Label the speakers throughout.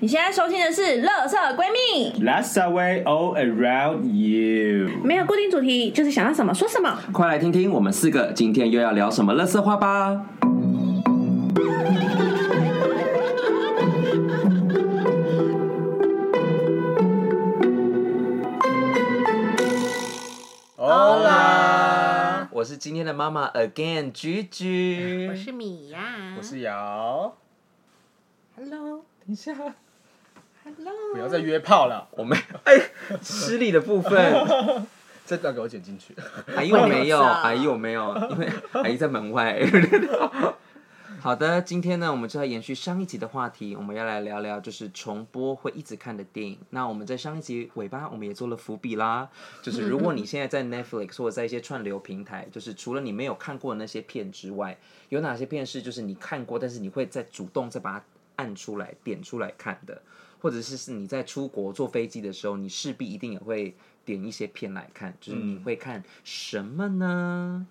Speaker 1: 你现在收听的是《乐色闺蜜》，
Speaker 2: Let's away all around you。
Speaker 1: 没有固定主题，就是想要什么说什么。
Speaker 3: 快来听听我们四个今天又要聊什么乐色话吧！
Speaker 4: Hola，
Speaker 3: 我是今天的妈妈 again 居居，
Speaker 1: 米呀
Speaker 4: 我是瑶。
Speaker 3: Hello，等一下，
Speaker 4: 不要再约炮了，
Speaker 3: 我们哎失礼的部分，
Speaker 4: 这段给我剪 进去。
Speaker 3: 阿姨我没有，
Speaker 1: 我也是啊
Speaker 3: 阿姨我没有，因为阿姨在门外。 好的，今天呢，我们就要延续上一集的话题，我们要来聊聊就是重播会一直看的电影。那我们在上一集尾巴，我们也做了伏笔啦，就是如果你现在在 Netflix 或者在一些串流平台，就是除了你没有看过的那些片之外，有哪些片是就是你看过，但是你会再主动再把它按出来、点出来看的，或者是是你在出国坐飞机的时候，你势必一定也会点一些片来看，就是
Speaker 4: 嗯
Speaker 3: 你会看什么呢、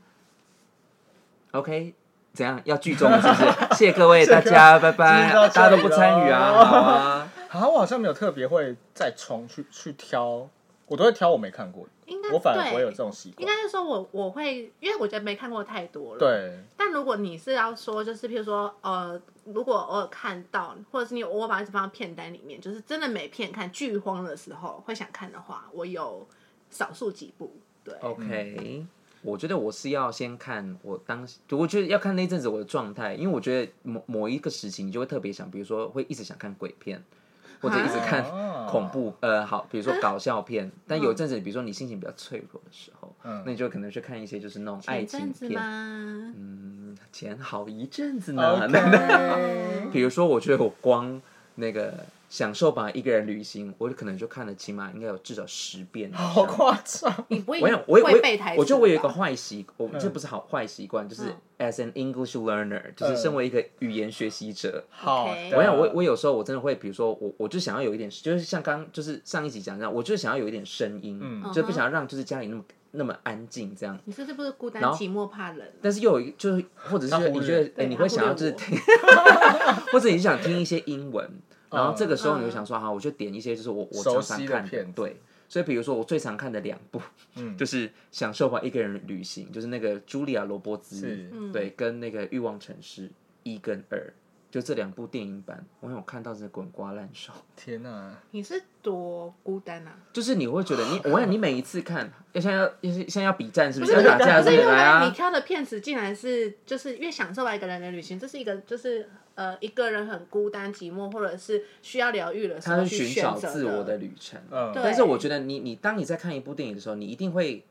Speaker 3: o k 怎样？要剧终了是不是？谢谢各位大家，拜拜
Speaker 4: 今天到这里！
Speaker 3: 大家都不参与啊，
Speaker 4: 咯
Speaker 3: 好啊。
Speaker 4: 好，我好像没有特别会再重去去挑，我都会挑我没看过的，
Speaker 5: 应该
Speaker 4: 我反而不会有
Speaker 5: 对
Speaker 4: 这，种习
Speaker 5: 应
Speaker 4: 惯。
Speaker 5: 该是说我我会，因为我觉得没看过太多了。。
Speaker 4: 对，
Speaker 5: 但如果你是要说，就是譬如说，呃，如果偶尔看到，或者是你偶尔把它一直放到片单里面，就是真的没片看，剧荒的时候会想看的话，我有少数几部。对，
Speaker 3: 哦
Speaker 4: 嗯
Speaker 3: OK，、我觉得我是要先看我当时，我觉得要看那阵子我的状态，因为我觉得某某一个时期你就会特别想，比如说会一直想看鬼片，或者一直看
Speaker 4: 啊
Speaker 3: 恐怖，呃，好，比如说搞笑片。 但有一阵子，比如说你心情比较脆弱的时候，
Speaker 4: 嗯
Speaker 3: 那你就可能去看一些就是那种爱
Speaker 5: 前
Speaker 3: 情
Speaker 5: 阵子
Speaker 3: 片。
Speaker 5: 吗？
Speaker 3: 嗯，前好一阵子呢。
Speaker 4: 哦 OK，
Speaker 3: 比如说，我觉得我光那个享受吧一个人旅行，我可能就看了起码应该有至少十遍以上。
Speaker 4: 好夸 张。
Speaker 5: 你不会
Speaker 3: 我有我有我
Speaker 5: 会背
Speaker 3: 有
Speaker 5: 台词
Speaker 3: 我觉得我有一个
Speaker 5: 吧
Speaker 3: 坏习，我
Speaker 4: 嗯
Speaker 3: 这不是好坏习惯，就是
Speaker 5: 嗯
Speaker 3: as an English learner，就是
Speaker 4: 嗯
Speaker 3: 身为一个语言学习者，
Speaker 4: 好
Speaker 5: OK
Speaker 4: 的，
Speaker 3: 我想我我有时候我真的会，比如说我我就想要有一点，就是像刚就是上一集讲这样，我就是想要有一点声音，
Speaker 4: 嗯
Speaker 3: 就不想要让就是家里那么那么安静这样。
Speaker 5: 你是不是孤单
Speaker 3: 然后
Speaker 5: 寂寞怕冷？
Speaker 3: 但是又有一就是，或者
Speaker 4: 他忽
Speaker 3: 是
Speaker 4: 略
Speaker 3: 你觉得，哎，
Speaker 5: 对
Speaker 3: 你会想要就是 听， 或者你想听一些英文，然后这个时候你就想
Speaker 5: 嗯
Speaker 3: 说，好，我就点一些就是我我常
Speaker 4: 熟
Speaker 3: 常
Speaker 4: 悉的
Speaker 3: 看的
Speaker 4: 片子
Speaker 3: 对。所以比如说我最常看的两部，
Speaker 4: 嗯
Speaker 3: 就是《享受吧一个人旅行》，就是那个茱莉亚·罗伯兹
Speaker 4: 是，
Speaker 5: 嗯
Speaker 3: 对，跟那个《欲望城市》一跟二，就这两部电影版，我有看到是滚瓜烂熟。
Speaker 4: 天哪，
Speaker 5: 你是多孤单啊？
Speaker 3: 就是你会觉 得你，我想你每一次看，要现在要要现在要比战是不
Speaker 5: 不
Speaker 3: 是？
Speaker 5: 是
Speaker 3: 要打架
Speaker 5: 不
Speaker 3: 是
Speaker 5: 是
Speaker 3: 不
Speaker 5: 因
Speaker 3: 是？
Speaker 5: 为
Speaker 3: 来
Speaker 5: 你
Speaker 3: 啊！
Speaker 5: 挑的片子竟然是就是越享受吧一个人的旅行，这是一个就是呃一个人很孤单寂寞或者是需要疗愈的时
Speaker 3: 他
Speaker 5: 候
Speaker 3: 是
Speaker 5: 去
Speaker 3: 寻
Speaker 5: 选
Speaker 3: 找
Speaker 5: 择
Speaker 3: 自我的旅程，
Speaker 4: 嗯，
Speaker 5: 对
Speaker 3: 但是我觉得你你当你在看一部电影的时候，你一定会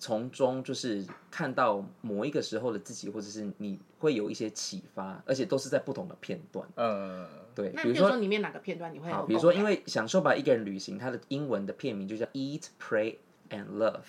Speaker 3: 从中就是看到某一个时候的自己，或者是你会有一些启发，而且都是在不同的片段。
Speaker 4: 呃，
Speaker 3: 对，
Speaker 5: 那
Speaker 3: 比
Speaker 5: 比
Speaker 3: 如
Speaker 5: 如
Speaker 3: 说
Speaker 5: 说里面哪个片段你会有
Speaker 3: 好，
Speaker 5: 共
Speaker 3: 比如说，
Speaker 5: 感
Speaker 3: 因为享受吧一个人旅行，它的英文的片名就叫 Eat, Pray and Love。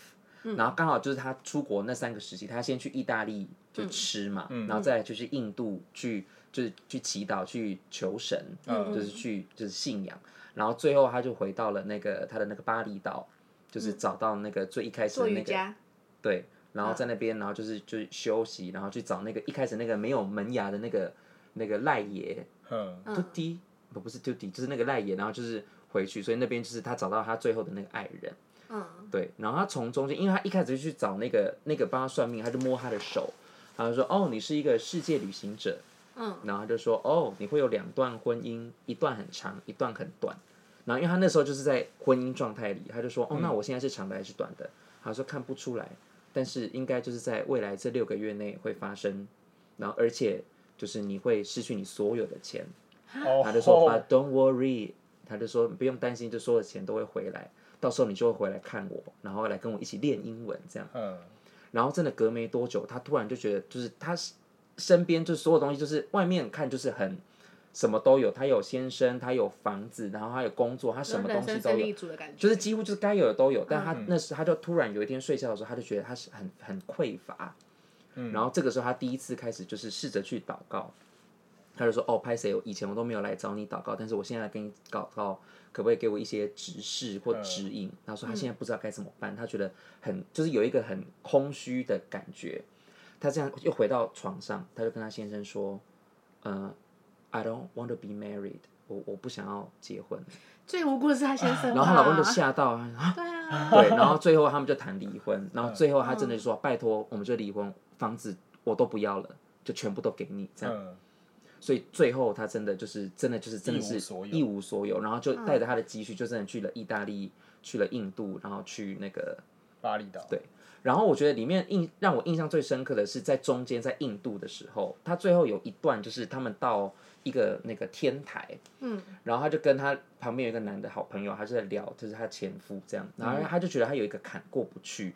Speaker 3: 然
Speaker 5: 嗯
Speaker 3: 后刚好就是他出国那三个时期，他先去意大利就
Speaker 5: 嗯
Speaker 3: 吃嘛，然后再来就是印度去就是去祈祷去求神，
Speaker 4: 嗯
Speaker 3: 呃就是去就是信仰，然后最后他就回到了那个他的那个巴厘岛，就是找到那个最一开始
Speaker 5: 嗯做
Speaker 3: 的
Speaker 5: 瑜
Speaker 3: 那个
Speaker 5: 伽，嗯
Speaker 3: 对，然后在那边，然后就是就是休息，然后去找那个一开始那个没有门牙的那个那个赖爷，
Speaker 4: 嗯，
Speaker 3: t u t i 不不是 t u t i 就是那个赖爷，然后就是回去，所以那边就是他找到他最后的那个爱人，
Speaker 5: 嗯，
Speaker 3: 对，然后他从中间，因为他一开始就去找那个那个帮他算命，他就摸他的手，然后说哦，你是一个世界旅行者，
Speaker 5: 嗯，
Speaker 3: 然后他就说哦，你会有两段婚姻，一段很长，一段很短，然后因为他那时候就是在婚姻状态里，他就说哦，那我现在是长的还是短的？他说看不出来，但是应该就是在未来这六个月内会发生，然后而且就是你会失去你所有的钱，
Speaker 4: 哦
Speaker 3: 他就说 But don't worry，他就说不用担心，就所有的钱都会回来，到时候你就会回来看我，然后来跟我一起练英文这样。
Speaker 4: 嗯，
Speaker 3: 然后真的隔没多久，他突然就觉得，就是他身边就所有东西，就是外面看就是很什么都有，他有先生，他有房子，然后他有工作，他什么东
Speaker 5: 人
Speaker 3: 西
Speaker 5: 生
Speaker 3: 都
Speaker 5: 胜
Speaker 3: 有
Speaker 5: 利。组的感觉，
Speaker 3: 就是几乎就是该有的都有，但他那时他就突然有一天睡觉的时候，他就觉得他是很很匮乏，然后这个时候他第一次开始就是试着去祷告，他就说哦，拍谁？以前我都没有来找你祷告，但是我现在来跟你祷告，可不可以给我一些指示或指引？他说他现在不知道该怎么办，他觉得很就是有一个很空虚的感觉，他这样又回到床上，他就跟他先生说，呃，I don't want to be married。我我不想要结婚。
Speaker 5: 最无辜的是她先生吧，
Speaker 3: 啊然后她老公就吓到，啊
Speaker 5: 对 啊，
Speaker 3: 对，然后最后他们就谈离婚，
Speaker 4: 嗯
Speaker 3: 然后最后她真的说：“拜托，我们就离婚，房子我都不要了，就全部都给你。”这样，
Speaker 4: 嗯，
Speaker 3: 所以最后她真的就是真的就是真的
Speaker 4: 一无
Speaker 3: 是
Speaker 4: 所有
Speaker 3: 一无所有，然后就带着她的积蓄，就真的去了意大利，去了印度，然后去那个
Speaker 4: 巴厘岛，
Speaker 3: 对然后我觉得里面印让我印象最深刻的是在中间在印度的时候，他最后有一段就是他们到一个那个天台，
Speaker 5: 嗯，
Speaker 3: 然后他就跟他旁边有一个男的好朋友，他就在聊，就是他前夫这样，然
Speaker 5: 嗯
Speaker 3: 后他就觉得他有一个坎过不去，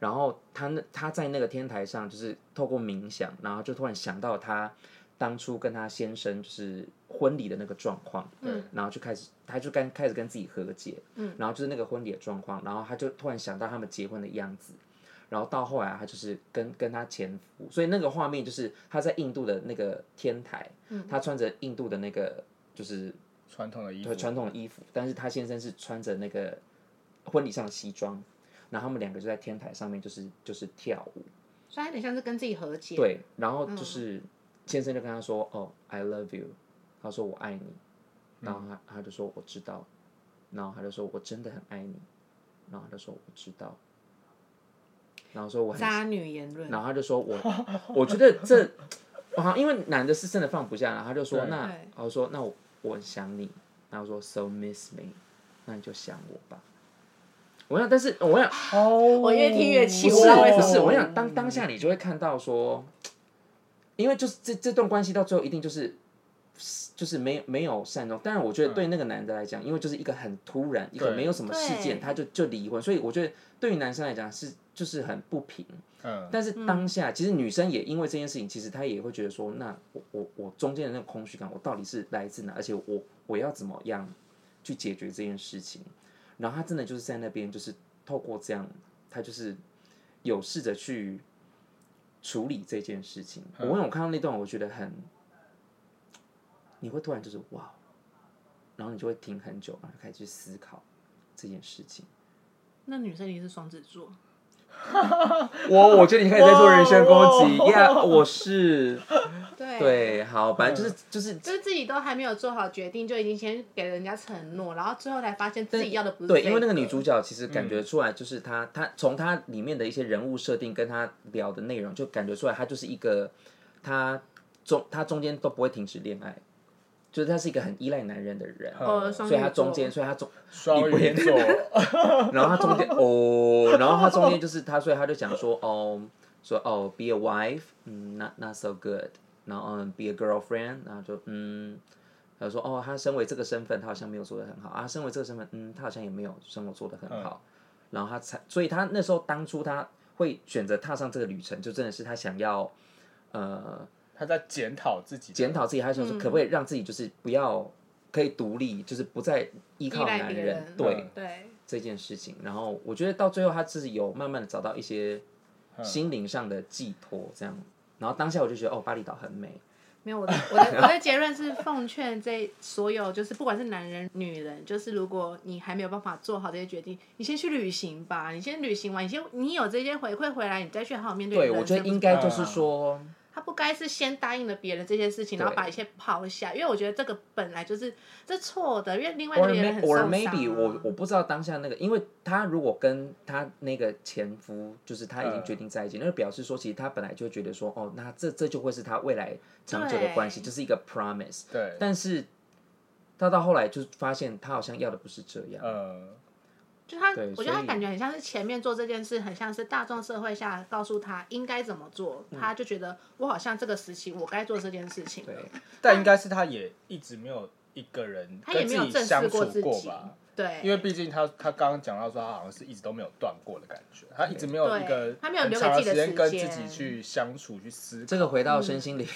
Speaker 3: 然后他那他在那个天台上就是透过冥想，然后就突然想到他当初跟他先生就是婚礼的那个状况，
Speaker 5: 嗯，
Speaker 3: 然后就开始他就跟开始跟自己和解，
Speaker 5: 嗯，
Speaker 3: 然后就是那个婚礼的状况，然后他就突然想到他们结婚的样子。然后到后来，他就是跟跟他前夫，所以那个画面就是他在印度的那个天台，
Speaker 5: 嗯
Speaker 3: 他穿着印度的那个就是
Speaker 4: 传统的衣服
Speaker 3: 对，传统的衣服，但是他先生是穿着那个婚礼上的西装，然后他们两个就在天台上面就是就是跳舞，
Speaker 5: 所以她有点像是跟自己和解，，
Speaker 3: 对，然后就是、先生就跟他说，哦，I love you，他说我爱你，然后他、他就说我知道，然后他就说我真的很爱你，然后他就说我知道，然后说我很
Speaker 5: 渣女言论，
Speaker 3: 然后他就说我， 我觉得这，啊，因为男的是真的放不下，然后他就说
Speaker 4: 对
Speaker 3: 那
Speaker 5: 对，
Speaker 3: 然后说那我我很想你，然后说 so miss me，那你就想我吧。我想，但是我想
Speaker 4: 哦，
Speaker 5: 我越听越
Speaker 3: 不
Speaker 5: 气，
Speaker 3: 是
Speaker 5: 啊我不知道为什
Speaker 3: 不
Speaker 5: 么
Speaker 3: 是，我想当当下你就会看到说，因为就是这这段关系到最后一定就是就是没有没有善终。当然，我觉得对那个男的来讲，因为就是一个很突然，一个
Speaker 4: 对
Speaker 3: 没有什么事件，
Speaker 5: 嗯对
Speaker 3: 他就就离婚，所以我觉得对于男生来讲是就是很不平。
Speaker 4: 嗯，
Speaker 3: 但是当下，其实女生也因为这件事情，其实她也会觉得说，那我我我中间的那个空虚感，我到底是来自哪？而且我我要怎么样去解决这件事情？然后她真的就是在那边，就是透过这样，她就是有试着去处理这件事情。我我有看到那段，我觉得很，你会突然就是哇，然后你就会停很久，然后开始去思考这件事情。
Speaker 5: 那女生一定是双子座，
Speaker 3: 我我觉得你开始在做人身攻击
Speaker 4: 哇哇
Speaker 3: 呀我是。
Speaker 5: 对。
Speaker 3: 对，好，反正就是就是
Speaker 5: 就是自己都还没有做好决定，就已经先给人家承诺，然后最后才发现自己要的不是、这嗯
Speaker 3: 对，因为那个女
Speaker 5: 主
Speaker 3: 主角其实感觉出来，就是她，她从她里面的一些人物设定跟她聊的内容，就感觉出来她就是一个，她中她中间都不会停止恋爱，就是她是一个很依赖男人的人，
Speaker 5: 呃，双
Speaker 3: 所
Speaker 5: 鱼
Speaker 3: 以她
Speaker 5: 座
Speaker 3: 中间，所以她中，
Speaker 4: 双鱼座，
Speaker 3: 然后她中间哦，然后她中间就是她，所以她就讲说哦，说哦，be a wife，嗯，not not so good，然后嗯，be a girlfriend，然后就嗯。他说：“哦，他身为这个身份，他好像没有做的很好啊。身为这个身份，嗯，他好像也没有生活做的很好。然后他才，所以他那时候当初他会选择踏上这个旅程，就真的是他想要，呃，
Speaker 4: 他在检讨自己，
Speaker 3: 检讨自己，他
Speaker 5: 嗯
Speaker 3: 想说可不可以让自己就是不要可以独立，就是不再依靠
Speaker 5: 依赖
Speaker 3: 男
Speaker 5: 别
Speaker 3: 人，
Speaker 5: 人
Speaker 3: 对、
Speaker 4: 嗯
Speaker 5: 对，
Speaker 3: 这件事情。然后我觉得到最后，他自己有慢慢的找到一些心灵上的寄托，这样。然后当下我就觉得，哦，巴厘岛很美，
Speaker 5: 没有我的我的我的结论是奉劝这所有就是不管是男人女人，就是如果你还没有办法做好这些决定，你先去旅行吧，你先旅行完，你先你有这些回馈回来，你再去好好面对
Speaker 3: 对
Speaker 5: 人生。
Speaker 3: 我觉得应
Speaker 5: 不
Speaker 3: 该就是说。
Speaker 5: 他不该是先答应了别人这些事情，然后
Speaker 3: 对
Speaker 5: 把一切抛下，因为我觉得这个本来就是这错的，因为另外
Speaker 3: or
Speaker 5: 那个人
Speaker 3: may
Speaker 5: 很受
Speaker 3: or
Speaker 5: 伤、啊。
Speaker 3: maybe 我我不知道当下那个，因为他如果跟他那个前夫，就是他已经决定在一起，那就表示说，其实他本来就觉得说，哦，那这这就会是他未来长久的关系，
Speaker 5: 对
Speaker 3: 这是一个 promise。
Speaker 4: 对，
Speaker 3: 但是他到后来就发现，他好像要的不是这样。
Speaker 4: 嗯，
Speaker 5: 就他
Speaker 3: 对，
Speaker 5: 我觉得
Speaker 3: 所
Speaker 5: 他
Speaker 3: 以
Speaker 5: 感觉很像是前面做这件事，很像是大众社会下告诉他应该怎么做，
Speaker 4: 嗯
Speaker 5: 他就觉得我好像这个时期我该做这件事情了
Speaker 3: 对，
Speaker 4: 但应该是他也一直没有一个人
Speaker 5: 他也
Speaker 4: 跟
Speaker 5: 没
Speaker 4: 自
Speaker 5: 有
Speaker 4: 己
Speaker 5: 正
Speaker 4: 相
Speaker 5: 视
Speaker 4: 处
Speaker 5: 自己
Speaker 4: 吧。，
Speaker 5: 对，
Speaker 4: 因为毕竟他他刚刚讲到说他好像是一直都没有断过的感觉，他一直没有一个
Speaker 5: 对他没有
Speaker 4: 很
Speaker 5: 留给
Speaker 4: 长的
Speaker 5: 自己的
Speaker 4: 时间跟
Speaker 5: 时
Speaker 4: 自
Speaker 5: 间
Speaker 4: 己去相处去思考。
Speaker 3: 这个回到身心灵，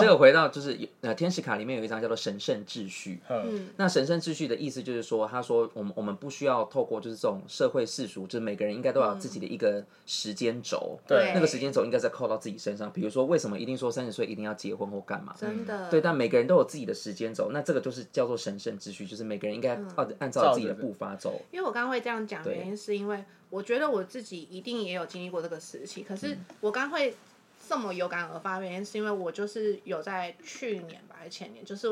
Speaker 3: 这个回到就是呃天使卡里面有一张叫做神圣秩序。
Speaker 4: 嗯
Speaker 5: 嗯
Speaker 3: 那神圣秩序的意思就是说，他说我们我们不需要透过就是这种社会世俗，就是每个人应该都要有自己的一个时间轴。
Speaker 4: 对
Speaker 3: 那个时间轴应该是扣到自己身上。比如说，为什么一定说三十岁一定要结婚或干嘛？
Speaker 5: 真的
Speaker 3: 对，但每个人都有自己的时间轴，那这个就是叫做神圣秩序，就是每个人应该按按照自己的步伐走。
Speaker 5: 因为我刚刚会这样讲，
Speaker 3: 对
Speaker 5: 原因是因为我觉得我自己一定也有经历过这个时期，可是我刚会这么有感而发，原因是因为我就是有在去年吧，还是前年，就是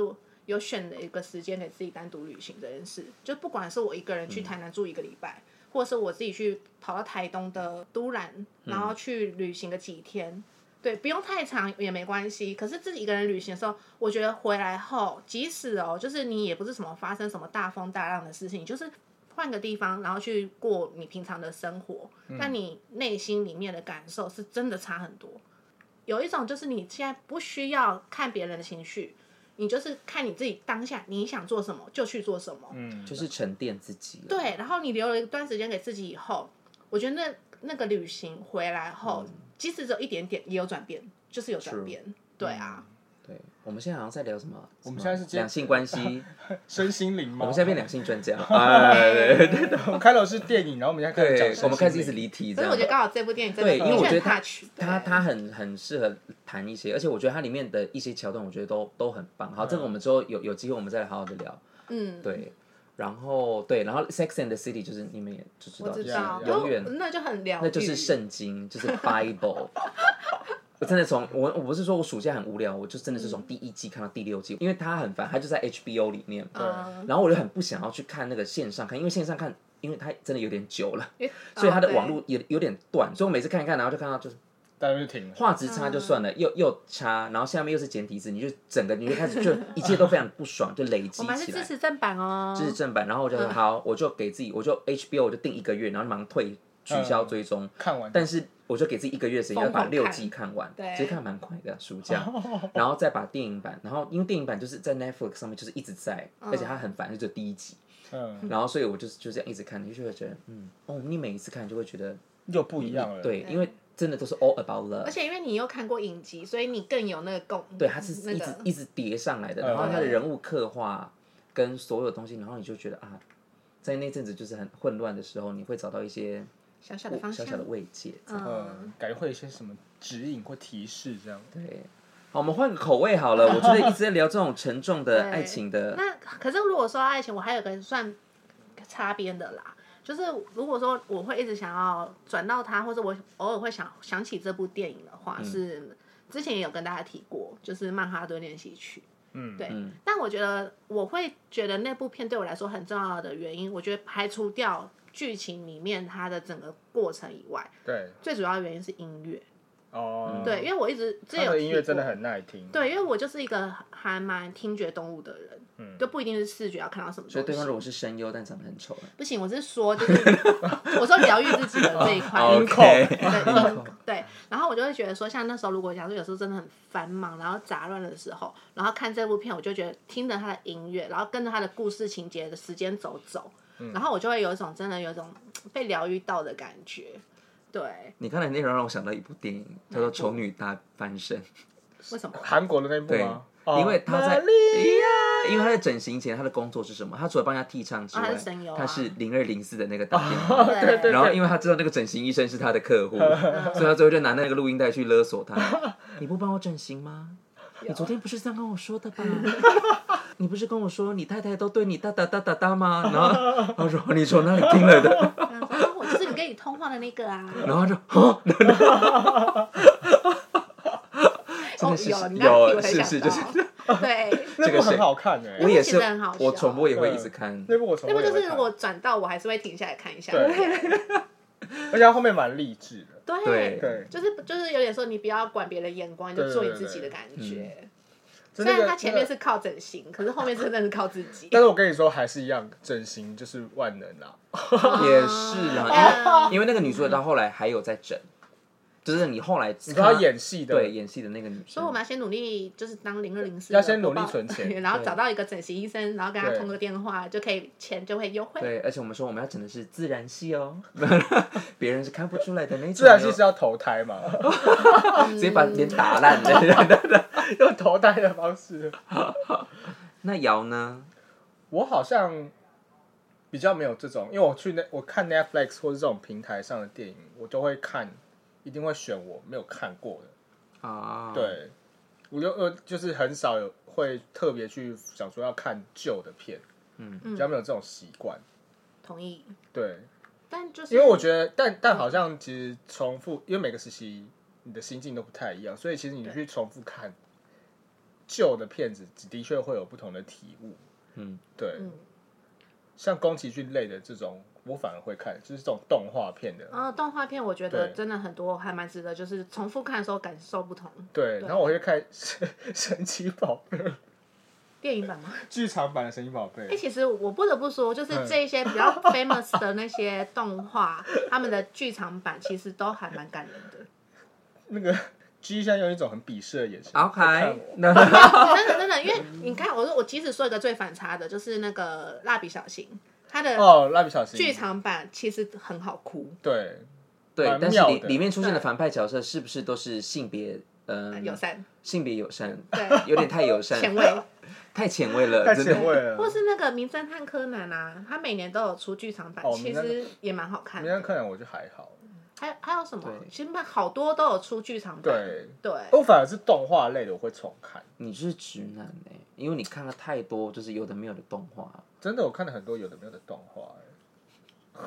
Speaker 5: 有选了一个时间给自己单独旅行这件事，就不管是我一个人去台南住一个礼拜，或者是我自己去跑到台东的都兰，然后去旅行个几天，对，不用太长也没关系。可是自己一个人旅行的时候，我觉得回来后，即使哦，就是你也不是什么发生什么大风大浪的事情，就是换个地方，然后去过你平常的生活，但你内心里面的感受是真的差很多。有一种就是你现在不需要看别人的情绪，你就是看你自己当下你想做什么就去做什么。
Speaker 4: 嗯，
Speaker 3: 就是沉淀自己了。
Speaker 5: 对，然后你留了一段时间给自己以后，我觉得那那个旅行回来后，即使只有一点点，也有转变，就是有转
Speaker 3: True
Speaker 5: 变。对啊，
Speaker 3: 对，我们现在好像在聊什么？我
Speaker 4: 们现在是接
Speaker 3: 两性关 系，
Speaker 4: 身心灵嘛。
Speaker 3: 我们现在变两性专 家。哎，对对对
Speaker 4: 我们开头是电影，然后我们现在开始
Speaker 3: 对
Speaker 4: 讲，
Speaker 3: 我们开始一直
Speaker 4: 身心灵
Speaker 3: 离题这
Speaker 5: 所以
Speaker 3: 样。
Speaker 5: 我觉得刚好这部电影真的
Speaker 3: 对，因为我觉得
Speaker 5: 他
Speaker 3: 他他他很很适合谈一些，而且我觉得它里面的一些桥段，我觉得都都很棒。好，这个我们之后有有机会我们再来好好的聊。
Speaker 5: 嗯，
Speaker 3: 对，然后对，然后《Sex and the City》就是你们也就知
Speaker 5: 我
Speaker 3: 道，
Speaker 5: 知
Speaker 3: 就是
Speaker 5: 道，嗯
Speaker 4: 是
Speaker 3: 永远
Speaker 5: 就那就很疗愈，
Speaker 3: 那就是圣经，就是 Bible。我真的从我我不是说我暑假很无聊，我就真的是
Speaker 5: 嗯
Speaker 3: 从第一季看到第六季，因为它很烦，它就在 HBO 里面。
Speaker 5: 嗯，
Speaker 3: 然后我就很不想要去看那个线上看，因为线上看，因为它真的有点久了，
Speaker 5: 因为
Speaker 3: 所以它的
Speaker 5: 哦
Speaker 3: 网络也有点断，所以我每次看一看，然后就看到就是
Speaker 4: 大家就停了。
Speaker 3: 画质差
Speaker 5: 嗯
Speaker 3: 就算了，又又差，然后下面又是简体字，你就整个你就开始就一切都非常不爽，就累
Speaker 5: 对我
Speaker 3: 积
Speaker 5: 们还
Speaker 3: 起
Speaker 5: 是支
Speaker 3: 来。
Speaker 5: 持正版哦，
Speaker 3: 这是正版，然后我就说好，我就给自己，我就 HBO 我就定一个月，然后马上退取消追踪。
Speaker 4: 看完，
Speaker 3: 但是我就给自己一个月时间，要把
Speaker 5: 疯狂看
Speaker 3: 六季看完，
Speaker 5: 对
Speaker 3: 其实看蛮快的暑假，然后再把电影版，然后因为电影版就是在 Netflix 上面就是一直在，
Speaker 5: 嗯
Speaker 3: 而且它很烦，就只有第一集，
Speaker 4: 嗯，
Speaker 3: 然后所以我就是就这样一直看，你就会觉得嗯哦，你每一次看就会觉得
Speaker 4: 又不一样了。，
Speaker 3: 对，因为真的都是 all about love，
Speaker 5: 而且因为你又看过影集，所以你更有那个共，
Speaker 3: 对，它是
Speaker 5: 那
Speaker 3: 一直
Speaker 5: 个
Speaker 3: 一直叠上来的，
Speaker 4: 嗯
Speaker 3: 然后它的人物刻画跟所有东西，然后你就觉得啊，在那阵子就是很混乱的时候，你会找到一些
Speaker 5: 小小的方
Speaker 3: 小
Speaker 5: 向，
Speaker 3: 小的慰藉。
Speaker 5: 嗯，
Speaker 4: 嗯，感觉会有一些什么指引或提示这样。
Speaker 3: 对，好，我们换个口味好了。我觉得一直在聊这种沉重的
Speaker 5: 对
Speaker 3: 爱情的，
Speaker 5: 那可是如果说爱情，我还有个算擦边的啦，就是如果说我会一直想要转到它，或者我偶尔会想想起这部电影的话，
Speaker 3: 嗯
Speaker 5: 是之前也有跟大家提过，就是《曼哈顿练习曲》。
Speaker 4: 嗯，
Speaker 5: 对，
Speaker 3: 嗯
Speaker 5: 但我觉得我会觉得那部片对我来说很重要的原因，我觉得排除掉剧情里面它的整个过程以外，
Speaker 4: 对，
Speaker 5: 最主要的原因是音乐。
Speaker 4: 哦，
Speaker 5: 对，，因为我一直之前
Speaker 4: 他
Speaker 5: 有
Speaker 4: 的音乐
Speaker 5: 提过
Speaker 4: 真的很耐听。，
Speaker 5: 对，因为我就是一个还蛮听觉动物的人，
Speaker 4: 嗯
Speaker 5: 就不一定是视觉要看到什么东西。
Speaker 3: 所以对方如果是声优，但长得很丑，
Speaker 5: 不行，我是说，就是 我说疗愈自己的这一块。
Speaker 3: 哦，OK
Speaker 5: 对音对，然后我就会觉得说，像那时候如果假如有时候真的很繁忙，然后杂乱的时候，然后看这部片，我就觉得听着他的音乐，然后跟着他的故事情节的时间走走，然后我就会有一种真的有一种被疗愈到的感觉。对，
Speaker 3: 你刚才内容让我想到一部电影，叫做《丑女大翻身》，
Speaker 5: 为 什么？
Speaker 4: 韩国的那部
Speaker 3: 对
Speaker 4: 吗？哦
Speaker 3: 因为他在
Speaker 4: 玛丽
Speaker 3: 因为他在整形前他的工作是什么？他除了帮人家替唱之
Speaker 5: 啊
Speaker 3: 外
Speaker 5: 他是声优，啊哦
Speaker 3: 他是零二零四的那个导演。
Speaker 5: 对
Speaker 3: 哎
Speaker 4: 对
Speaker 3: 然后因为他知道那个整形医生是他的客 户，所以他最后就拿那个录音带去勒索他。你不帮我整形吗？你昨天不是这样跟我说的 吧？你不是跟我说你太太都对你哒哒哒哒哒吗？然后他说哦你从哪里听来的？
Speaker 5: 然啊后我就是你跟你通话的那个啊。
Speaker 3: 然后他说啊， 真
Speaker 5: 哦
Speaker 3: 的，是
Speaker 5: 有，你
Speaker 3: 有
Speaker 5: 刚提我才
Speaker 3: 是
Speaker 5: 想
Speaker 3: 是
Speaker 5: 到
Speaker 3: 就是
Speaker 5: 对。
Speaker 4: 那
Speaker 3: 这
Speaker 4: 部
Speaker 3: 个谁
Speaker 4: 很好看哎，
Speaker 3: 我也是
Speaker 5: 其实很好，笑嗯
Speaker 3: 我重播也会一直看。
Speaker 4: 那部我从
Speaker 5: 那
Speaker 4: 来
Speaker 5: 不
Speaker 4: 没有
Speaker 5: 就是
Speaker 4: 看
Speaker 5: 我转到我还是会停下来看一下。
Speaker 4: 对，而且它后面蛮励志的。
Speaker 5: 对
Speaker 3: 对
Speaker 4: 对，
Speaker 5: 就是就是有点说你不要管别人的眼光，你就
Speaker 4: 对
Speaker 5: 做你
Speaker 4: 对
Speaker 5: 自己
Speaker 4: 对
Speaker 5: 的
Speaker 4: 嗯
Speaker 5: 感觉。
Speaker 4: 就
Speaker 5: 虽
Speaker 4: 那个
Speaker 5: 然他前面，
Speaker 4: 那个
Speaker 5: 是靠整形，可是后面真的是靠自己。
Speaker 4: 但是我跟你说还是一样，整形就是万能啊啦。
Speaker 3: 也是
Speaker 5: 啊
Speaker 3: 啦，因为因为那个女主角到后来还有在整，就是你后来
Speaker 4: 你
Speaker 3: 你
Speaker 4: 知道她演戏的，
Speaker 3: 对演戏的那个女
Speaker 5: 所
Speaker 3: 生
Speaker 5: 以我，们要先努力，就是当零二零四，
Speaker 4: 要先努力存钱
Speaker 5: 然后
Speaker 3: 对
Speaker 5: 找到一个整形医生，然后跟他
Speaker 4: 对
Speaker 5: 通个电话，就可以钱就会优惠。
Speaker 3: 对，而且我们说我们要整的是自然系 哦，别人是看不出来的那种。
Speaker 4: 自然系是要投胎嘛，
Speaker 3: 直接把脸打烂
Speaker 5: 嗯
Speaker 3: 的。
Speaker 4: 用投胎的方式。
Speaker 3: 那瑶呢？
Speaker 4: 我好像比较没有这种，因为我去那我看 Netflix 或者这种平台上的电影，我都会看，一定会选我没有看过的。
Speaker 3: 啊，，
Speaker 4: 对，我就呃就是很少有会特别去想说要看旧的片，
Speaker 3: 嗯
Speaker 4: 比较没有这种习惯。
Speaker 5: 同意。
Speaker 4: 对，
Speaker 5: 但就是
Speaker 4: 因为我觉得，但但好像其实重复，因为每个时期你的心境都不太一样，所以其实你去重复看旧的片子的确会有不同的体悟。
Speaker 3: 嗯，
Speaker 4: 对，
Speaker 5: 嗯
Speaker 4: 像宫崎骏类的这种，我反而会看，就是这种动画片的。
Speaker 5: 呃，动画片我觉得
Speaker 4: 对
Speaker 5: 真的很多，还蛮值得，就是重复看的时候感受不同。对
Speaker 4: 对，然后我会看《神 神奇宝贝》
Speaker 5: 电影版吗？
Speaker 4: 剧场版的《神奇宝贝
Speaker 5: 哎、》，其实我不得不说，就是
Speaker 4: 嗯
Speaker 5: 这一些比较 famous 的那些动画，他们的剧场版其实都还蛮感人的。
Speaker 4: 那个 G 像用一种很鄙视的眼
Speaker 3: 啊
Speaker 4: 神看
Speaker 3: OK，
Speaker 4: 我。
Speaker 3: 那
Speaker 5: 真的真的，因为你看，我说我即使说一个最反差的，就是那个蜡笔小新，它的
Speaker 4: 哦，蜡笔小新
Speaker 5: 剧场版其实很好哭，
Speaker 4: 对，
Speaker 3: 对，
Speaker 4: 蛮
Speaker 3: 但是
Speaker 4: 妙
Speaker 3: 里
Speaker 4: 的
Speaker 3: 里面出现的反派角色是不是都是性别嗯
Speaker 5: 友善，
Speaker 3: 性别友善，
Speaker 5: 呃对，
Speaker 3: 有点太友善，
Speaker 5: 前 卫。
Speaker 3: 太前卫了，
Speaker 4: 太
Speaker 3: 真
Speaker 4: 前
Speaker 3: 的。
Speaker 4: 卫了。
Speaker 5: 或是那个《名侦探柯南》啊，他每年都有出剧场版，
Speaker 4: 哦
Speaker 5: 其实也蛮好看
Speaker 4: 明天
Speaker 5: 的。
Speaker 4: 看来我就还好，
Speaker 5: 还有还有什么
Speaker 3: 对？
Speaker 5: 其实蛮好多都有出剧场版。
Speaker 4: 对，
Speaker 5: 对
Speaker 4: 我反而是动画类的我会重看，
Speaker 3: 你就是直男哎、因为你看了太多就是有的没有的动画，
Speaker 4: 真的我看了很多有的没有的动画、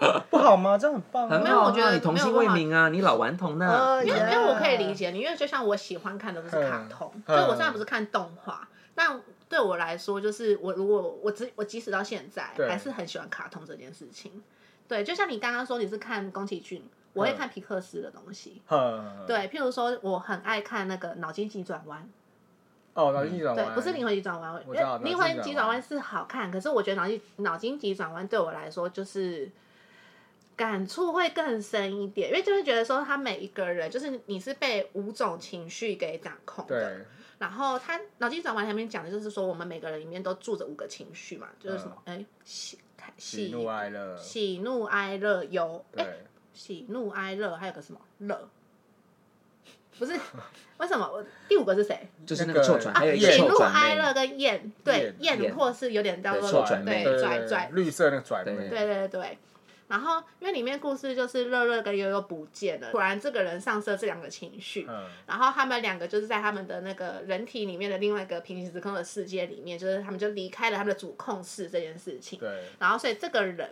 Speaker 4: 欸 不好吗？这样很棒、啊，
Speaker 3: 很
Speaker 5: 哦没有
Speaker 3: 好啊
Speaker 5: 我觉得
Speaker 3: 你童心未泯啊，你老顽童呢、
Speaker 4: 呃
Speaker 5: 因为因为我可以理
Speaker 4: 解，
Speaker 5: 解你，因为就像我喜欢看的都是卡通，所
Speaker 4: 嗯
Speaker 5: 以我虽然不是看动画，但对我来说，就是我如果我只我即使到现在
Speaker 4: 对
Speaker 5: 还是很喜欢卡通这件事情。对，就像你刚刚说你是看宫崎骏，我会
Speaker 4: 嗯
Speaker 5: 看皮克斯的东西。
Speaker 4: 嗯，
Speaker 5: 对，譬如说我很爱看那个《脑筋急转弯》，
Speaker 4: 哦，脑筋急转
Speaker 5: 对
Speaker 4: 弯，，
Speaker 5: 不是灵魂急转弯，
Speaker 4: 我知道
Speaker 5: 因为灵
Speaker 4: 脑筋急转弯
Speaker 5: 魂急转弯是好看，可是我觉得脑筋脑筋急转弯对我来说就是感触会更深一点，因为就会觉得说他每一个人就是你是被五种情绪给掌控的，
Speaker 4: 对，
Speaker 5: 然后他脑筋急转弯前面讲的就是说我们每个人里面都住着五个情绪嘛，就是什么哎喜开
Speaker 4: 嗯喜
Speaker 5: 喜
Speaker 4: 怒哀乐，
Speaker 5: 喜怒哀乐忧哎
Speaker 4: 对，
Speaker 5: 喜怒哀乐还有个什么乐。不 是，为什么我第五个是谁？
Speaker 3: 就是那
Speaker 4: 那
Speaker 3: 个
Speaker 4: 个
Speaker 3: 臭转，
Speaker 5: 啊，
Speaker 3: 还有一个
Speaker 5: 喜
Speaker 3: 臭
Speaker 5: 怒
Speaker 3: 转
Speaker 5: 哀
Speaker 3: 妹，
Speaker 5: 乐跟厌，对
Speaker 4: 厌
Speaker 5: 厌或是有点叫
Speaker 3: 对
Speaker 5: 做
Speaker 3: 臭转妹
Speaker 5: 对拽拽，
Speaker 4: 绿色那个拽妹，
Speaker 3: 对
Speaker 5: 对对对。然后因为里面故事就是乐乐跟悠悠不见了，突然这个人上色这两个情绪，
Speaker 4: 嗯，
Speaker 5: 然后他们两个就是在他们的那个人体里面的另外一个平行时空的世界里面，就是他们就离开了他们的主控室这件事情，
Speaker 4: 对，
Speaker 5: 然后所以这个人。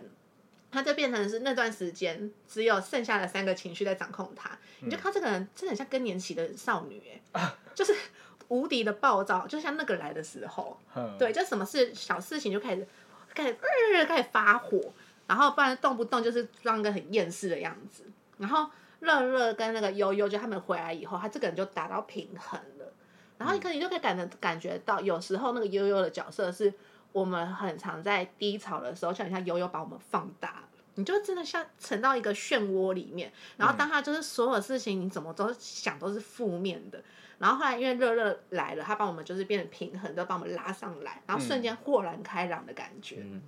Speaker 5: 他就变成是那段时间只有剩下的三个情绪在掌控他，你就看这个人真的很像更年期的少女、哎、就是无敌的暴躁，就像那个来的时候，
Speaker 4: 嗯，
Speaker 5: 对，就什么事小事情就开始开始、呃、开始发火，然后不然动不动就是装一个很厌世的样子。然后乐乐跟那个悠悠，就他们回来以后，他这个人就达到平衡了。然后你可你就可以感感觉到，有时候那个悠悠的角色是我们很常在低潮的时候，就很像悠悠把我们放大了。你就真的像沉到一个漩涡里面，然后当他就是所有事情你怎么都想都是负面的，然后后来因为乐乐来了，他帮我们就是变得平衡，都帮我们拉上来，然后瞬间豁然开朗的感觉。
Speaker 3: 嗯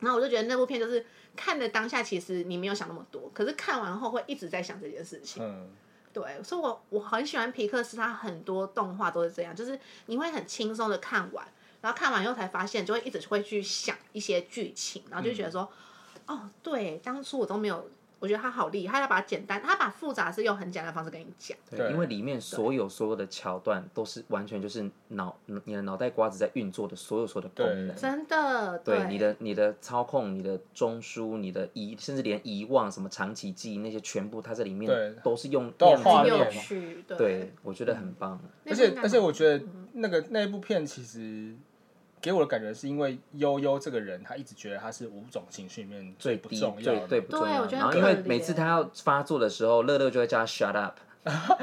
Speaker 5: 然后我就觉得那部片就是看的当下，其实你没有想那么多，可是看完后会一直在想这件事情。
Speaker 4: 嗯，
Speaker 5: 对，所以我我很喜欢皮克斯，他很多动画都是这样，就是你会很轻松的看完，然后看完以后才发现，就会一直会去想一些剧情，然后就觉
Speaker 4: 嗯
Speaker 5: 得说，哦，对，当初我都没有，我觉得他好厉害，他把简单，他把复杂的事用很简单的方式跟你讲。
Speaker 3: 对，
Speaker 4: 对
Speaker 3: 因为里面所有所有的桥段都是完全就是脑你的脑袋瓜子在运作的所有所有的功能，
Speaker 5: 真的，
Speaker 3: 对
Speaker 5: 对
Speaker 3: 你的你的操控、你的中枢、你的遗，甚至连遗忘、什么长期记忆那些，全部它这里
Speaker 4: 对
Speaker 3: 面都是用
Speaker 4: 都有
Speaker 3: 量子
Speaker 4: 画
Speaker 5: 很
Speaker 3: 的
Speaker 4: 面嗯
Speaker 5: 有
Speaker 3: 方法
Speaker 5: 趣，对，
Speaker 3: 对，我觉得很棒。
Speaker 5: 那
Speaker 4: 而
Speaker 5: 部应
Speaker 4: 且
Speaker 5: 该
Speaker 4: 而且
Speaker 5: 蛮
Speaker 4: 我觉得那个那一部片其实给我的感觉是因为悠悠这个人，他一直觉得他是五种情绪里面最不
Speaker 3: 低
Speaker 4: 重要
Speaker 3: 最
Speaker 4: 的，
Speaker 3: 对不重要
Speaker 5: 我
Speaker 3: 的。
Speaker 5: 觉得
Speaker 3: 然后
Speaker 5: 很
Speaker 3: 因为
Speaker 5: 可
Speaker 3: 每次
Speaker 5: 怜
Speaker 3: 他要发作的时候，乐乐就会叫他 shut up，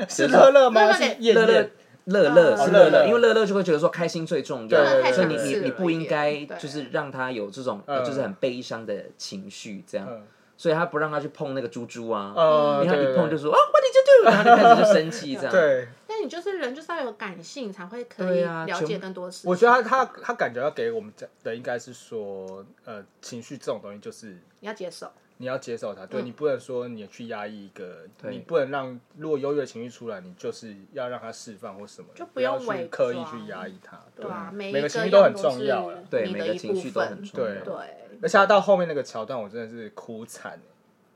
Speaker 4: 是乐乐
Speaker 5: 乐
Speaker 4: 吗？
Speaker 5: 乐
Speaker 4: 是
Speaker 5: 得
Speaker 4: 燕
Speaker 3: 乐乐
Speaker 4: 燕，
Speaker 3: 乐乐
Speaker 5: 哦
Speaker 3: 是
Speaker 4: 乐
Speaker 3: 乐
Speaker 4: 乐
Speaker 3: 乐，因为乐乐就会觉得说开心最重
Speaker 4: 对对
Speaker 3: 要，
Speaker 4: 对
Speaker 3: 所以你
Speaker 4: 太
Speaker 3: 你
Speaker 5: 强势
Speaker 3: 你
Speaker 5: 了
Speaker 3: 不
Speaker 5: 一
Speaker 3: 应
Speaker 5: 点
Speaker 3: 该
Speaker 5: 对
Speaker 3: 就是让他有这种呃就是
Speaker 4: 嗯
Speaker 3: 很悲伤的情绪这样，
Speaker 4: 嗯
Speaker 3: 所以他不让他去碰那个猪猪啊，
Speaker 4: 呃，
Speaker 3: 因为他一碰就是说哦 what did you do，然后就开始就生气这样，
Speaker 4: 对，
Speaker 5: 但你就是人，就是要有感性，才会可以
Speaker 3: 对啊
Speaker 5: 了
Speaker 3: 全
Speaker 5: 解
Speaker 3: 部
Speaker 5: 更多事情。
Speaker 4: 我觉得他他他感觉要给我们的应该是说，呃，情绪这种东西就是
Speaker 5: 你要接受，
Speaker 4: 你要接受它，对、
Speaker 5: 嗯
Speaker 4: 你不能说你去压抑一个，
Speaker 3: 对
Speaker 4: 你不能让如果优越的情绪出来，你就是要让它释放或什么，
Speaker 5: 就不
Speaker 4: 不要
Speaker 5: 用伪
Speaker 4: 去刻意
Speaker 5: 装
Speaker 4: 去压抑它，
Speaker 5: 对啊，每
Speaker 4: 每
Speaker 5: 一
Speaker 4: 个情绪
Speaker 5: 样
Speaker 4: 都很
Speaker 5: 都
Speaker 4: 重
Speaker 5: 是
Speaker 4: 要啊
Speaker 3: 对，
Speaker 5: 你
Speaker 3: 每
Speaker 5: 的
Speaker 3: 个
Speaker 5: 一
Speaker 3: 情
Speaker 5: 部
Speaker 3: 绪都很
Speaker 5: 分
Speaker 3: 重
Speaker 4: 对
Speaker 3: 要，
Speaker 5: 对，
Speaker 4: 而且他到后面那个桥段，我真的是哭惨。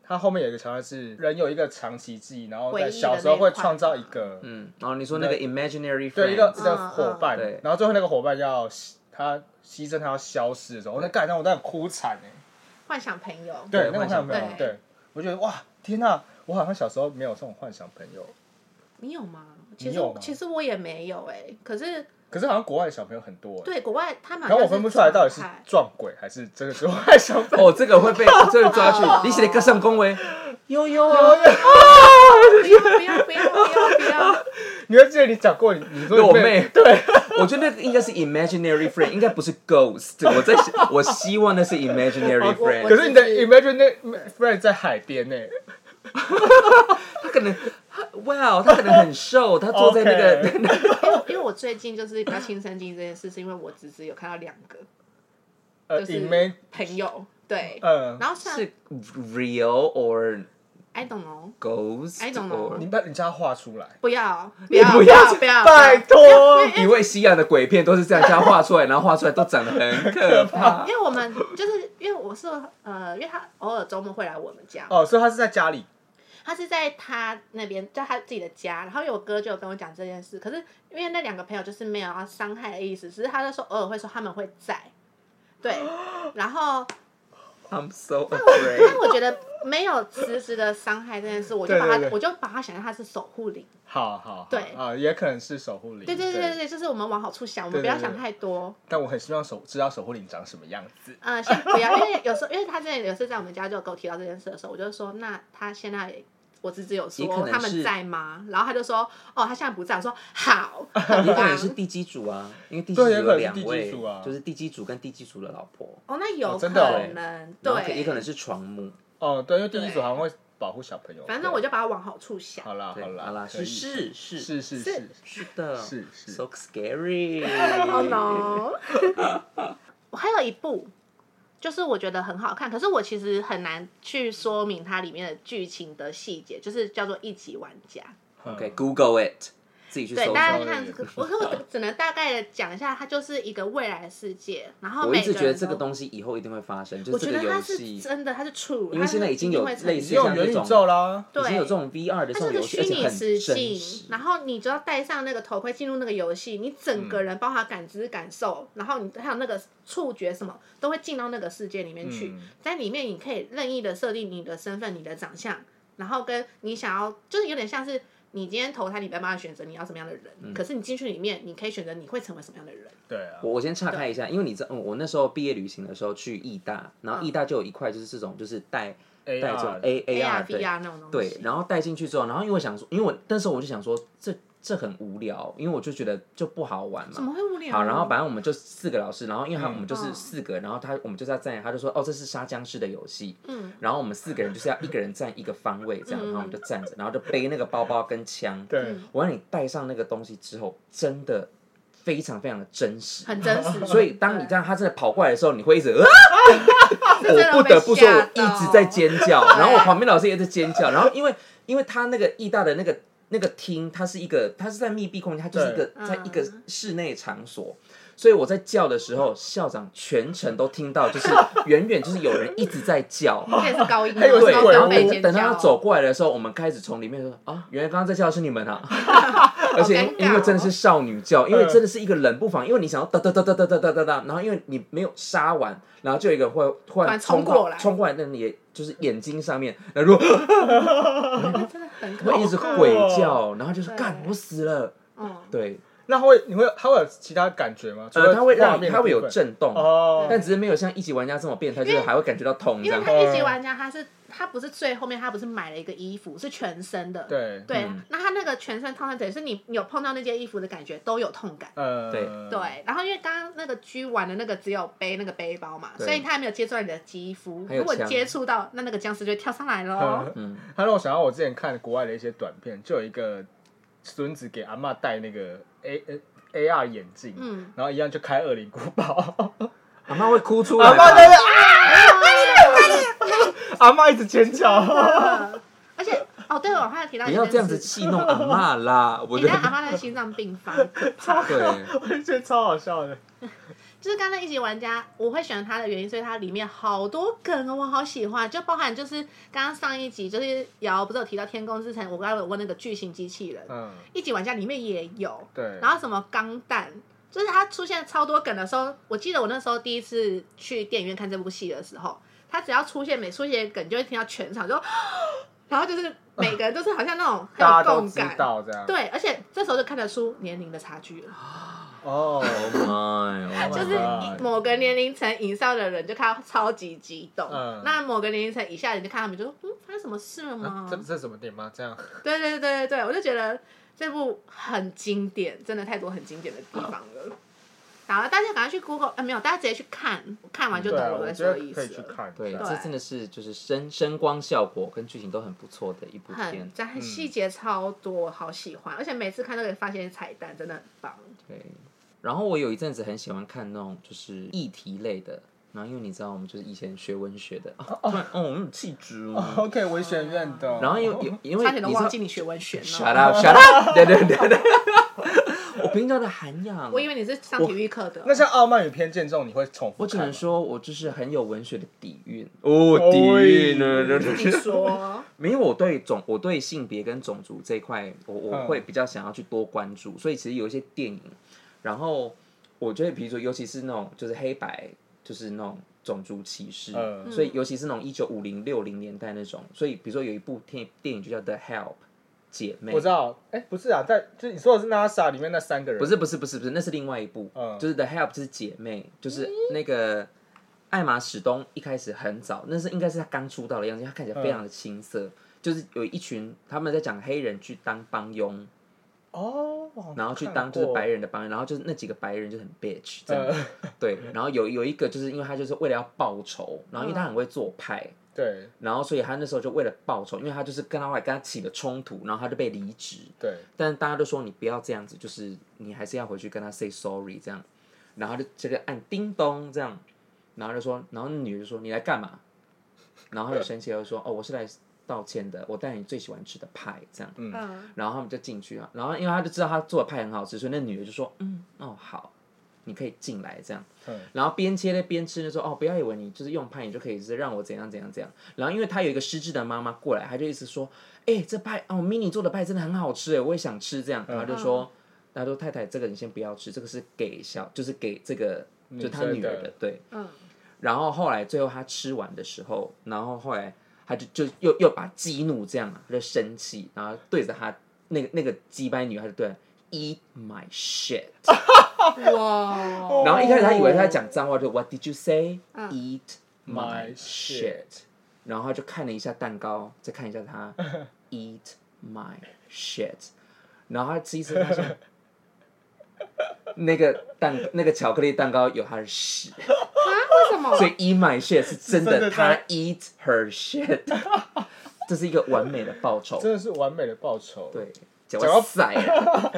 Speaker 4: 他后面有一个桥段是人有一个长期记忆，然后在小时候会创造一个
Speaker 3: 嗯，然后你说那个 imaginary
Speaker 4: 对一个
Speaker 3: friend，
Speaker 4: 一个伙伴
Speaker 3: 嗯嗯，
Speaker 4: 然后最后那个伙伴要牺他牺牲，他要消失的时候，我那感让我真的哭惨哎。
Speaker 5: 幻想朋友，
Speaker 4: 对，
Speaker 3: 对
Speaker 4: 那个
Speaker 3: 幻想
Speaker 4: 朋友，
Speaker 5: 对
Speaker 4: 对我觉得哇，天哪，我好像小时候没有这种幻想朋友，
Speaker 5: 你有吗？其
Speaker 4: 你
Speaker 5: 实
Speaker 4: 有吗
Speaker 5: 其实我也没有哎、可是
Speaker 4: 可是好像国外的小朋友很多、欸，，
Speaker 5: 对国外他们好
Speaker 4: 然后我
Speaker 5: 像
Speaker 4: 分不
Speaker 5: 是
Speaker 4: 出来到底是
Speaker 5: 状态
Speaker 4: 撞鬼还是真的是外小朋友。
Speaker 3: 哦，这个会被这个抓去
Speaker 5: 哦。
Speaker 3: 你写的歌上恭维，
Speaker 5: 悠悠啊，不要不要不要不要不要，
Speaker 4: 你会记得你讲过你你说
Speaker 3: 对
Speaker 4: 你
Speaker 3: 我
Speaker 4: 被
Speaker 3: 妹，对，我觉得那个应该是 imaginary friend，应该不是 ghost。我在想，我希望那是 imaginary
Speaker 5: 我我
Speaker 3: friend。
Speaker 4: 可是你的
Speaker 5: 我自己
Speaker 4: imaginary friend 在海边呢、欸
Speaker 3: 他可能，哇、哦，他可能很瘦，他坐在那个
Speaker 4: OK
Speaker 5: 因为因为我最近就是比较亲身经历这件事，是因为我侄子有看到两个
Speaker 4: 呃
Speaker 5: 就是
Speaker 4: ，imag
Speaker 5: 朋友，对，
Speaker 4: 呃，
Speaker 5: 然后 像
Speaker 3: 是 real or
Speaker 5: I don't know，
Speaker 3: ghost
Speaker 5: I don't know
Speaker 3: or
Speaker 4: 你把你叫他画出来，
Speaker 5: 不要不
Speaker 3: 你
Speaker 5: 要
Speaker 3: 不
Speaker 5: 不
Speaker 3: 要
Speaker 5: 要不要，
Speaker 4: 拜托，
Speaker 3: 一位西洋的鬼片都是这样，这样画出来，然后画出来都长得很可 怕
Speaker 5: 因。为我们就是因为我是呃，因为他偶尔周末会来我们家，
Speaker 4: 哦，所以他是在家里，
Speaker 5: 他是在他那边，在他自己的家。然后有我哥就有跟我讲这件事，可是因为那两个朋友就是没有要伤害的意思，只是他就说偶尔会说他们会在，对。 然后，
Speaker 3: I'm so afraid。
Speaker 5: 但我觉得没有辞职的伤害这件事，我就把他，
Speaker 4: 对对对
Speaker 5: 我就把他想象他是守护灵。
Speaker 4: 好好，好
Speaker 5: 对
Speaker 4: 啊，也可能是守护灵，
Speaker 5: 对对对对对，就是我们往好处想，我们
Speaker 4: 对对
Speaker 5: 不要
Speaker 4: 对
Speaker 5: 想太多。
Speaker 4: 但我很希望守知道守护灵长什么样子。
Speaker 5: 呃，先不要，因为有时候，因为他之前有一次在我们家就有跟我提到这件事的时候，我就说，那他现在我侄子有
Speaker 3: 也可能
Speaker 5: 说
Speaker 3: 是
Speaker 5: 他们在吗？然后他就说，哦，他现在不在。我说 好，
Speaker 3: 也可能是地基主啊，因为地基主
Speaker 4: 对也可
Speaker 3: 有
Speaker 4: 能是
Speaker 3: 两
Speaker 4: 地基
Speaker 3: 位
Speaker 4: 主啊，
Speaker 3: 就是地基主跟地基主的老婆，
Speaker 5: 哦，那有
Speaker 4: 哦
Speaker 5: 可
Speaker 4: 真
Speaker 5: 能，
Speaker 4: 的哦
Speaker 3: 然后可
Speaker 5: 对，
Speaker 3: 也可能是床母。
Speaker 4: 哦，对，因为第一组
Speaker 5: 对
Speaker 4: 好像会保护小朋友，
Speaker 5: 反正我就把它往好处想
Speaker 4: 对。好啦
Speaker 3: 对，
Speaker 4: 啦，
Speaker 3: 好
Speaker 4: 好
Speaker 3: 啦，是是
Speaker 4: 是
Speaker 3: 是
Speaker 4: 是是
Speaker 5: 是
Speaker 4: 是，
Speaker 3: 是的，
Speaker 4: 是是
Speaker 3: so scary。哦
Speaker 5: Oh
Speaker 3: 哎
Speaker 5: no！我 还有一部，就是我觉得很好看，可是我其实很难去说明它里面的剧情的细节，就是叫做一级玩家。
Speaker 4: 嗯
Speaker 3: OK，Google it，自己去搜
Speaker 5: 对，
Speaker 3: 搜。
Speaker 5: 大家
Speaker 4: 搜
Speaker 5: 看
Speaker 4: 搜，
Speaker 5: 我可 我只能大概的讲一下，它就是一个未来的世界，然
Speaker 3: 我
Speaker 5: 后
Speaker 3: 一
Speaker 5: 每
Speaker 3: 直觉得这个
Speaker 5: 个人都。
Speaker 3: 东西以后一定会发生，就
Speaker 5: 我
Speaker 3: 是
Speaker 5: 觉
Speaker 3: 这
Speaker 5: 得
Speaker 3: 个
Speaker 5: 它
Speaker 3: 游
Speaker 5: 是
Speaker 3: 戏，
Speaker 5: 真的，它是 true，
Speaker 3: 因为现在已经有类
Speaker 4: 只
Speaker 3: 似
Speaker 4: 有
Speaker 3: 像
Speaker 4: 元
Speaker 3: 这
Speaker 4: 宇
Speaker 3: 种
Speaker 4: 宙啦，
Speaker 5: 对
Speaker 3: 已经有这种 VR 的这
Speaker 5: 它是
Speaker 3: 种
Speaker 5: 个
Speaker 3: 游戏，
Speaker 5: 虚
Speaker 3: 而且
Speaker 5: 拟
Speaker 3: 很
Speaker 5: 实
Speaker 3: 真
Speaker 5: 境，
Speaker 3: 实。
Speaker 5: 然后你只要戴上那个头盔进入那个游戏，你整
Speaker 3: 嗯
Speaker 5: 个人包含感知、感受，然后你还有那个触觉什么，都会进到那个世界里面去。
Speaker 4: 嗯
Speaker 5: 在里面，你可以任意的设定你的身份、你的长相，然后跟你想要，就是有点像是你今天投胎，你爸妈选择你要什么样的人，
Speaker 3: 嗯
Speaker 5: 可是你进去里面，你可以选择你会成为什么样的人。
Speaker 4: 对啊
Speaker 3: 我，我先岔开一下，因为你知道，嗯我那时候毕业旅行的时候去义大，然
Speaker 5: 嗯
Speaker 3: 后义大就有一块就是这种，就是带带
Speaker 4: AR
Speaker 3: 这种 A
Speaker 5: AR、
Speaker 3: 对
Speaker 5: VR 那种东西。
Speaker 3: 对，然后带进去之后，然后因为我想说，因为我那时候我就想说，这这很无聊，因为我就觉得就不好玩
Speaker 5: 怎么
Speaker 3: 嘛。
Speaker 5: 会无聊？
Speaker 3: 好，然后反正我们就四个老师，然后因为他我们就是
Speaker 5: 嗯
Speaker 3: 四个，然后他我们就是要站，他就说哦这是杀僵尸的游戏，
Speaker 5: 嗯，
Speaker 3: 然后我们四个人就是要一个人站一个方位这样，然后我们就站着，然后就背那个包包跟枪。
Speaker 5: 嗯
Speaker 4: 对，
Speaker 3: 我让你带上那个东西之后，真的非常非常的真实。
Speaker 5: 很真 实。
Speaker 3: 所以当你这样，他真的跑过来的时候，你会一 直啊！
Speaker 5: 这真的
Speaker 3: 我不得不说，我
Speaker 5: 会
Speaker 3: 一
Speaker 5: 吓到
Speaker 3: 直在尖叫，然后我旁边老师也在尖叫，然后因为因为他那个艺大的那个那个厅，它是一个它是在密闭空间，它就是一个
Speaker 5: 对
Speaker 3: 在一个
Speaker 5: 嗯
Speaker 3: 室内场所。所以我在叫的时候，校长全程都听到，就是 远远就是有人一直在叫，
Speaker 5: 这也是高音吗，
Speaker 4: 还以为是
Speaker 3: 对，
Speaker 5: 高
Speaker 4: 鬼
Speaker 3: 然
Speaker 5: 音
Speaker 3: 后
Speaker 5: 被
Speaker 4: 屋
Speaker 5: 尖
Speaker 3: 等到
Speaker 5: 叫
Speaker 3: 他
Speaker 5: 哦
Speaker 3: 走过来的时候，我们开始从里面说啊，原来刚刚在叫的是你们啊，而且
Speaker 5: 好尴尬哦
Speaker 3: 因为真的是少女叫，因为真的是一个冷不防，因为你想要哒哒哒哒哒哒哒哒哒，然后因为你没有杀完，然后就有一个会突
Speaker 5: 突
Speaker 3: 然
Speaker 5: 然
Speaker 3: 冲
Speaker 5: 冲过来
Speaker 3: 冲过来，那你也就是眼睛上面，然后如 果
Speaker 5: 哦 真的很
Speaker 3: 会
Speaker 5: 可怕。
Speaker 3: 一直鬼叫，然后就是
Speaker 5: 对
Speaker 3: 干我死了，
Speaker 5: 嗯，
Speaker 3: 对，
Speaker 4: 那会你会它会有其他感觉吗？除
Speaker 3: 呃，
Speaker 4: 了
Speaker 3: 它会
Speaker 4: 画
Speaker 3: 让
Speaker 4: 面的
Speaker 3: 它会
Speaker 4: 部
Speaker 3: 有
Speaker 4: 分
Speaker 3: 震动，
Speaker 5: 嗯
Speaker 4: 哦，
Speaker 3: 但只是没有像一级玩家这么变态，就是还会感觉到痛这
Speaker 5: 因为
Speaker 3: 样
Speaker 5: 他。一级玩家，他是他不是最后面，他不是买了一个衣服，是全身的。
Speaker 4: 对
Speaker 5: 对，
Speaker 3: 嗯
Speaker 5: 那他那个全身套餐等于是你你有碰到那件衣服的感觉都有痛感。
Speaker 4: 呃，
Speaker 3: 对
Speaker 5: 对，然后因为刚刚那个狙玩的那个只有背那个背包嘛，
Speaker 3: 对
Speaker 5: 所以他还没有接触到你的肌肤。
Speaker 3: 还有
Speaker 5: 如果你
Speaker 3: 枪
Speaker 5: 接触到，那那个僵尸就会跳上来喽。
Speaker 3: 嗯，
Speaker 4: 它让我想到我之前看国外的一些短片，就有一个孙子给阿嬷戴那个 A A R 眼镜，
Speaker 5: 嗯
Speaker 4: 然后一样就开恶灵古堡，
Speaker 3: 阿妈会哭出来
Speaker 4: 阿
Speaker 3: 吧
Speaker 4: 嬷在那啊，阿嬷一直尖叫，
Speaker 5: 而且哦，对，我还有提到
Speaker 3: 不
Speaker 5: 一
Speaker 3: 要
Speaker 5: 件
Speaker 3: 这样子
Speaker 5: 事，
Speaker 3: 戏弄阿妈啦！我
Speaker 5: 你
Speaker 3: 觉
Speaker 5: 那阿
Speaker 3: 得
Speaker 5: 妈那个心脏病 发，很可怕。
Speaker 3: 对，
Speaker 4: 我就觉得超好笑的。
Speaker 5: 就是刚刚一级玩家，我会喜欢他的原因，所以它里面好多梗哦，我好喜欢，就包含就是刚刚上一集就是瑶不是有提到天宫之城，我刚刚有问那个巨型机器人，
Speaker 4: 嗯，
Speaker 5: 一级玩家里面也有，
Speaker 4: 对
Speaker 5: 然后什么钢弹，就是它出现超多梗的时候，我记得我那时候第一次去电影院看这部戏的时候，它只要出现每出现一个梗，就会听到全场就然后就是每个人都是好像那种很
Speaker 4: 大
Speaker 5: 有
Speaker 4: 家都
Speaker 5: 共
Speaker 4: 知
Speaker 5: 感，
Speaker 4: 道这样。
Speaker 5: 对，而且这时候就看得出年龄的差距了，
Speaker 4: 哦，
Speaker 3: Oh my，
Speaker 5: 就是一某个年龄层以上的人就看到超级激动，
Speaker 4: 嗯
Speaker 5: 那某个年龄层以下的人就看他们就说，嗯，发生什么事了吗？
Speaker 4: 啊这这怎么点吗？这样
Speaker 5: 对对对对对，我就觉得这部很经典，真的太多很经典的地方
Speaker 4: 嗯
Speaker 5: 了。然后大家赶快去 Google，呃，没有，大家直接去看，看完就
Speaker 4: 对
Speaker 5: 懂
Speaker 4: 啊，
Speaker 5: 我
Speaker 4: 我
Speaker 5: 在
Speaker 4: 觉
Speaker 5: 说的
Speaker 4: 得
Speaker 5: 意
Speaker 4: 可以
Speaker 5: 思
Speaker 4: 去
Speaker 5: 了。
Speaker 4: 看
Speaker 3: 对，
Speaker 4: 一下。
Speaker 5: 对
Speaker 3: 这真的是就是声声光效果跟剧情都很不错的一部片
Speaker 5: 很，。
Speaker 4: 嗯
Speaker 5: 但细节超多，我好喜欢，而且每次看都可以发现彩蛋，真的很棒。
Speaker 3: 对，然后我有一阵子很喜欢看那种就是议题类的，然后因为你知道我们就是以前学文学的，啊、 突然哦，我们有气质哦。
Speaker 4: OK，文学院的。
Speaker 3: 然后有有因为
Speaker 5: 差点都
Speaker 3: 你知
Speaker 5: 忘
Speaker 3: 道
Speaker 5: 记你学文学
Speaker 3: shut
Speaker 5: 了，
Speaker 3: up shut up，对 对对对，我平常的涵养，啊
Speaker 5: 我以为你是上体育课的。
Speaker 4: 那像《傲慢与偏见》这种，你会重复看吗？
Speaker 3: 我只能说我就是很有文学的底蕴哦，底蕴呢，对对
Speaker 5: 你
Speaker 3: 对
Speaker 5: 说，
Speaker 3: 没有，我对种我对性别跟种族这一块，我我
Speaker 4: 嗯
Speaker 3: 会比较想要去多关注，所以其实有一些电影，然后我觉得，比如说，尤其是那种就是黑白，就是那种种族歧视，
Speaker 4: 嗯
Speaker 3: 所以尤其是那种一九五零六零年代那种，所以比如说有一部电电影就叫《The Help》姐妹，
Speaker 4: 我知道，哎，不是啊，但就是你说的是 NASA 里面那三个人，
Speaker 3: 不是不是不是不是，那是另外一部，
Speaker 4: 嗯
Speaker 3: 就是《The Help》就是姐妹，就是那个艾玛史东一开始很早，那是应该是她刚出道的样子，因为她看起来非常的青涩，
Speaker 4: 嗯
Speaker 3: 就是有一群他们在讲黑人去当帮佣，
Speaker 4: 哦，我好像
Speaker 3: 然后去
Speaker 4: 看
Speaker 3: 当就是
Speaker 4: 过
Speaker 3: 白，人的帮佣，然后就是那几个白人就很 bitch 这样，
Speaker 4: 呃，
Speaker 3: 对，然后有有一个就是因为他就是为了要报仇，然后因为他很会做派。
Speaker 4: 对
Speaker 3: 然后，所以他那时候就为了报仇，因为他就是跟他后来跟他起了冲突，然后他就被离职。
Speaker 4: 对，
Speaker 3: 但大家都说你不要这样子，就是你还是要回去跟他 say sorry 这样，然后就这个按叮咚这样，然后就说，然后那女的就说你来干嘛？然后他就生气了，就说哦我是来道歉的，我带你最喜欢吃的派这样，
Speaker 5: 嗯，
Speaker 3: 然后他们就进去啊，然后因为他就知道他做的派很好吃，所以那女的就说嗯哦好，你可以进来这样，
Speaker 4: 嗯
Speaker 3: 然后边切的边吃就说哦不要以为你就是用派你就可以是让我怎样怎样怎样，然后因为他有一个失智的妈妈过来，他就一直说哎、这派哦 mini 做的派真的很好吃哎，我也想吃这样，
Speaker 4: 嗯
Speaker 3: 然后就说。他说：“太太，这个你先不要吃，这个是给小，就是给这个，就他
Speaker 4: 女生
Speaker 3: 女儿
Speaker 4: 的
Speaker 3: 的，对。
Speaker 5: 嗯，
Speaker 3: 然后后来最后他吃完的时候，然后后来他就就又又把激怒这样，他就生气，然后对着他那个那个鸡掰女，他就对她 eat my shit，
Speaker 4: 哦
Speaker 5: 哇，
Speaker 3: 然后一开始他以为他在讲脏话，就 What did you say？、Eat my
Speaker 4: My shit
Speaker 3: shit。然后他就看了一下蛋糕，再看一下 他 Eat my shit。然后他吃一吃， 发现那个蛋那个巧克力蛋糕有他的屎，
Speaker 5: 啊为什么？
Speaker 3: 所以 Eat my shit 是真
Speaker 4: 真
Speaker 3: 的，
Speaker 4: 的
Speaker 3: 他
Speaker 4: 在
Speaker 3: Eat her shit。这 是一个完美的报仇，
Speaker 4: 真的是完美的报仇。，
Speaker 3: 对，讲
Speaker 4: 讲到
Speaker 3: 到塞啊 了，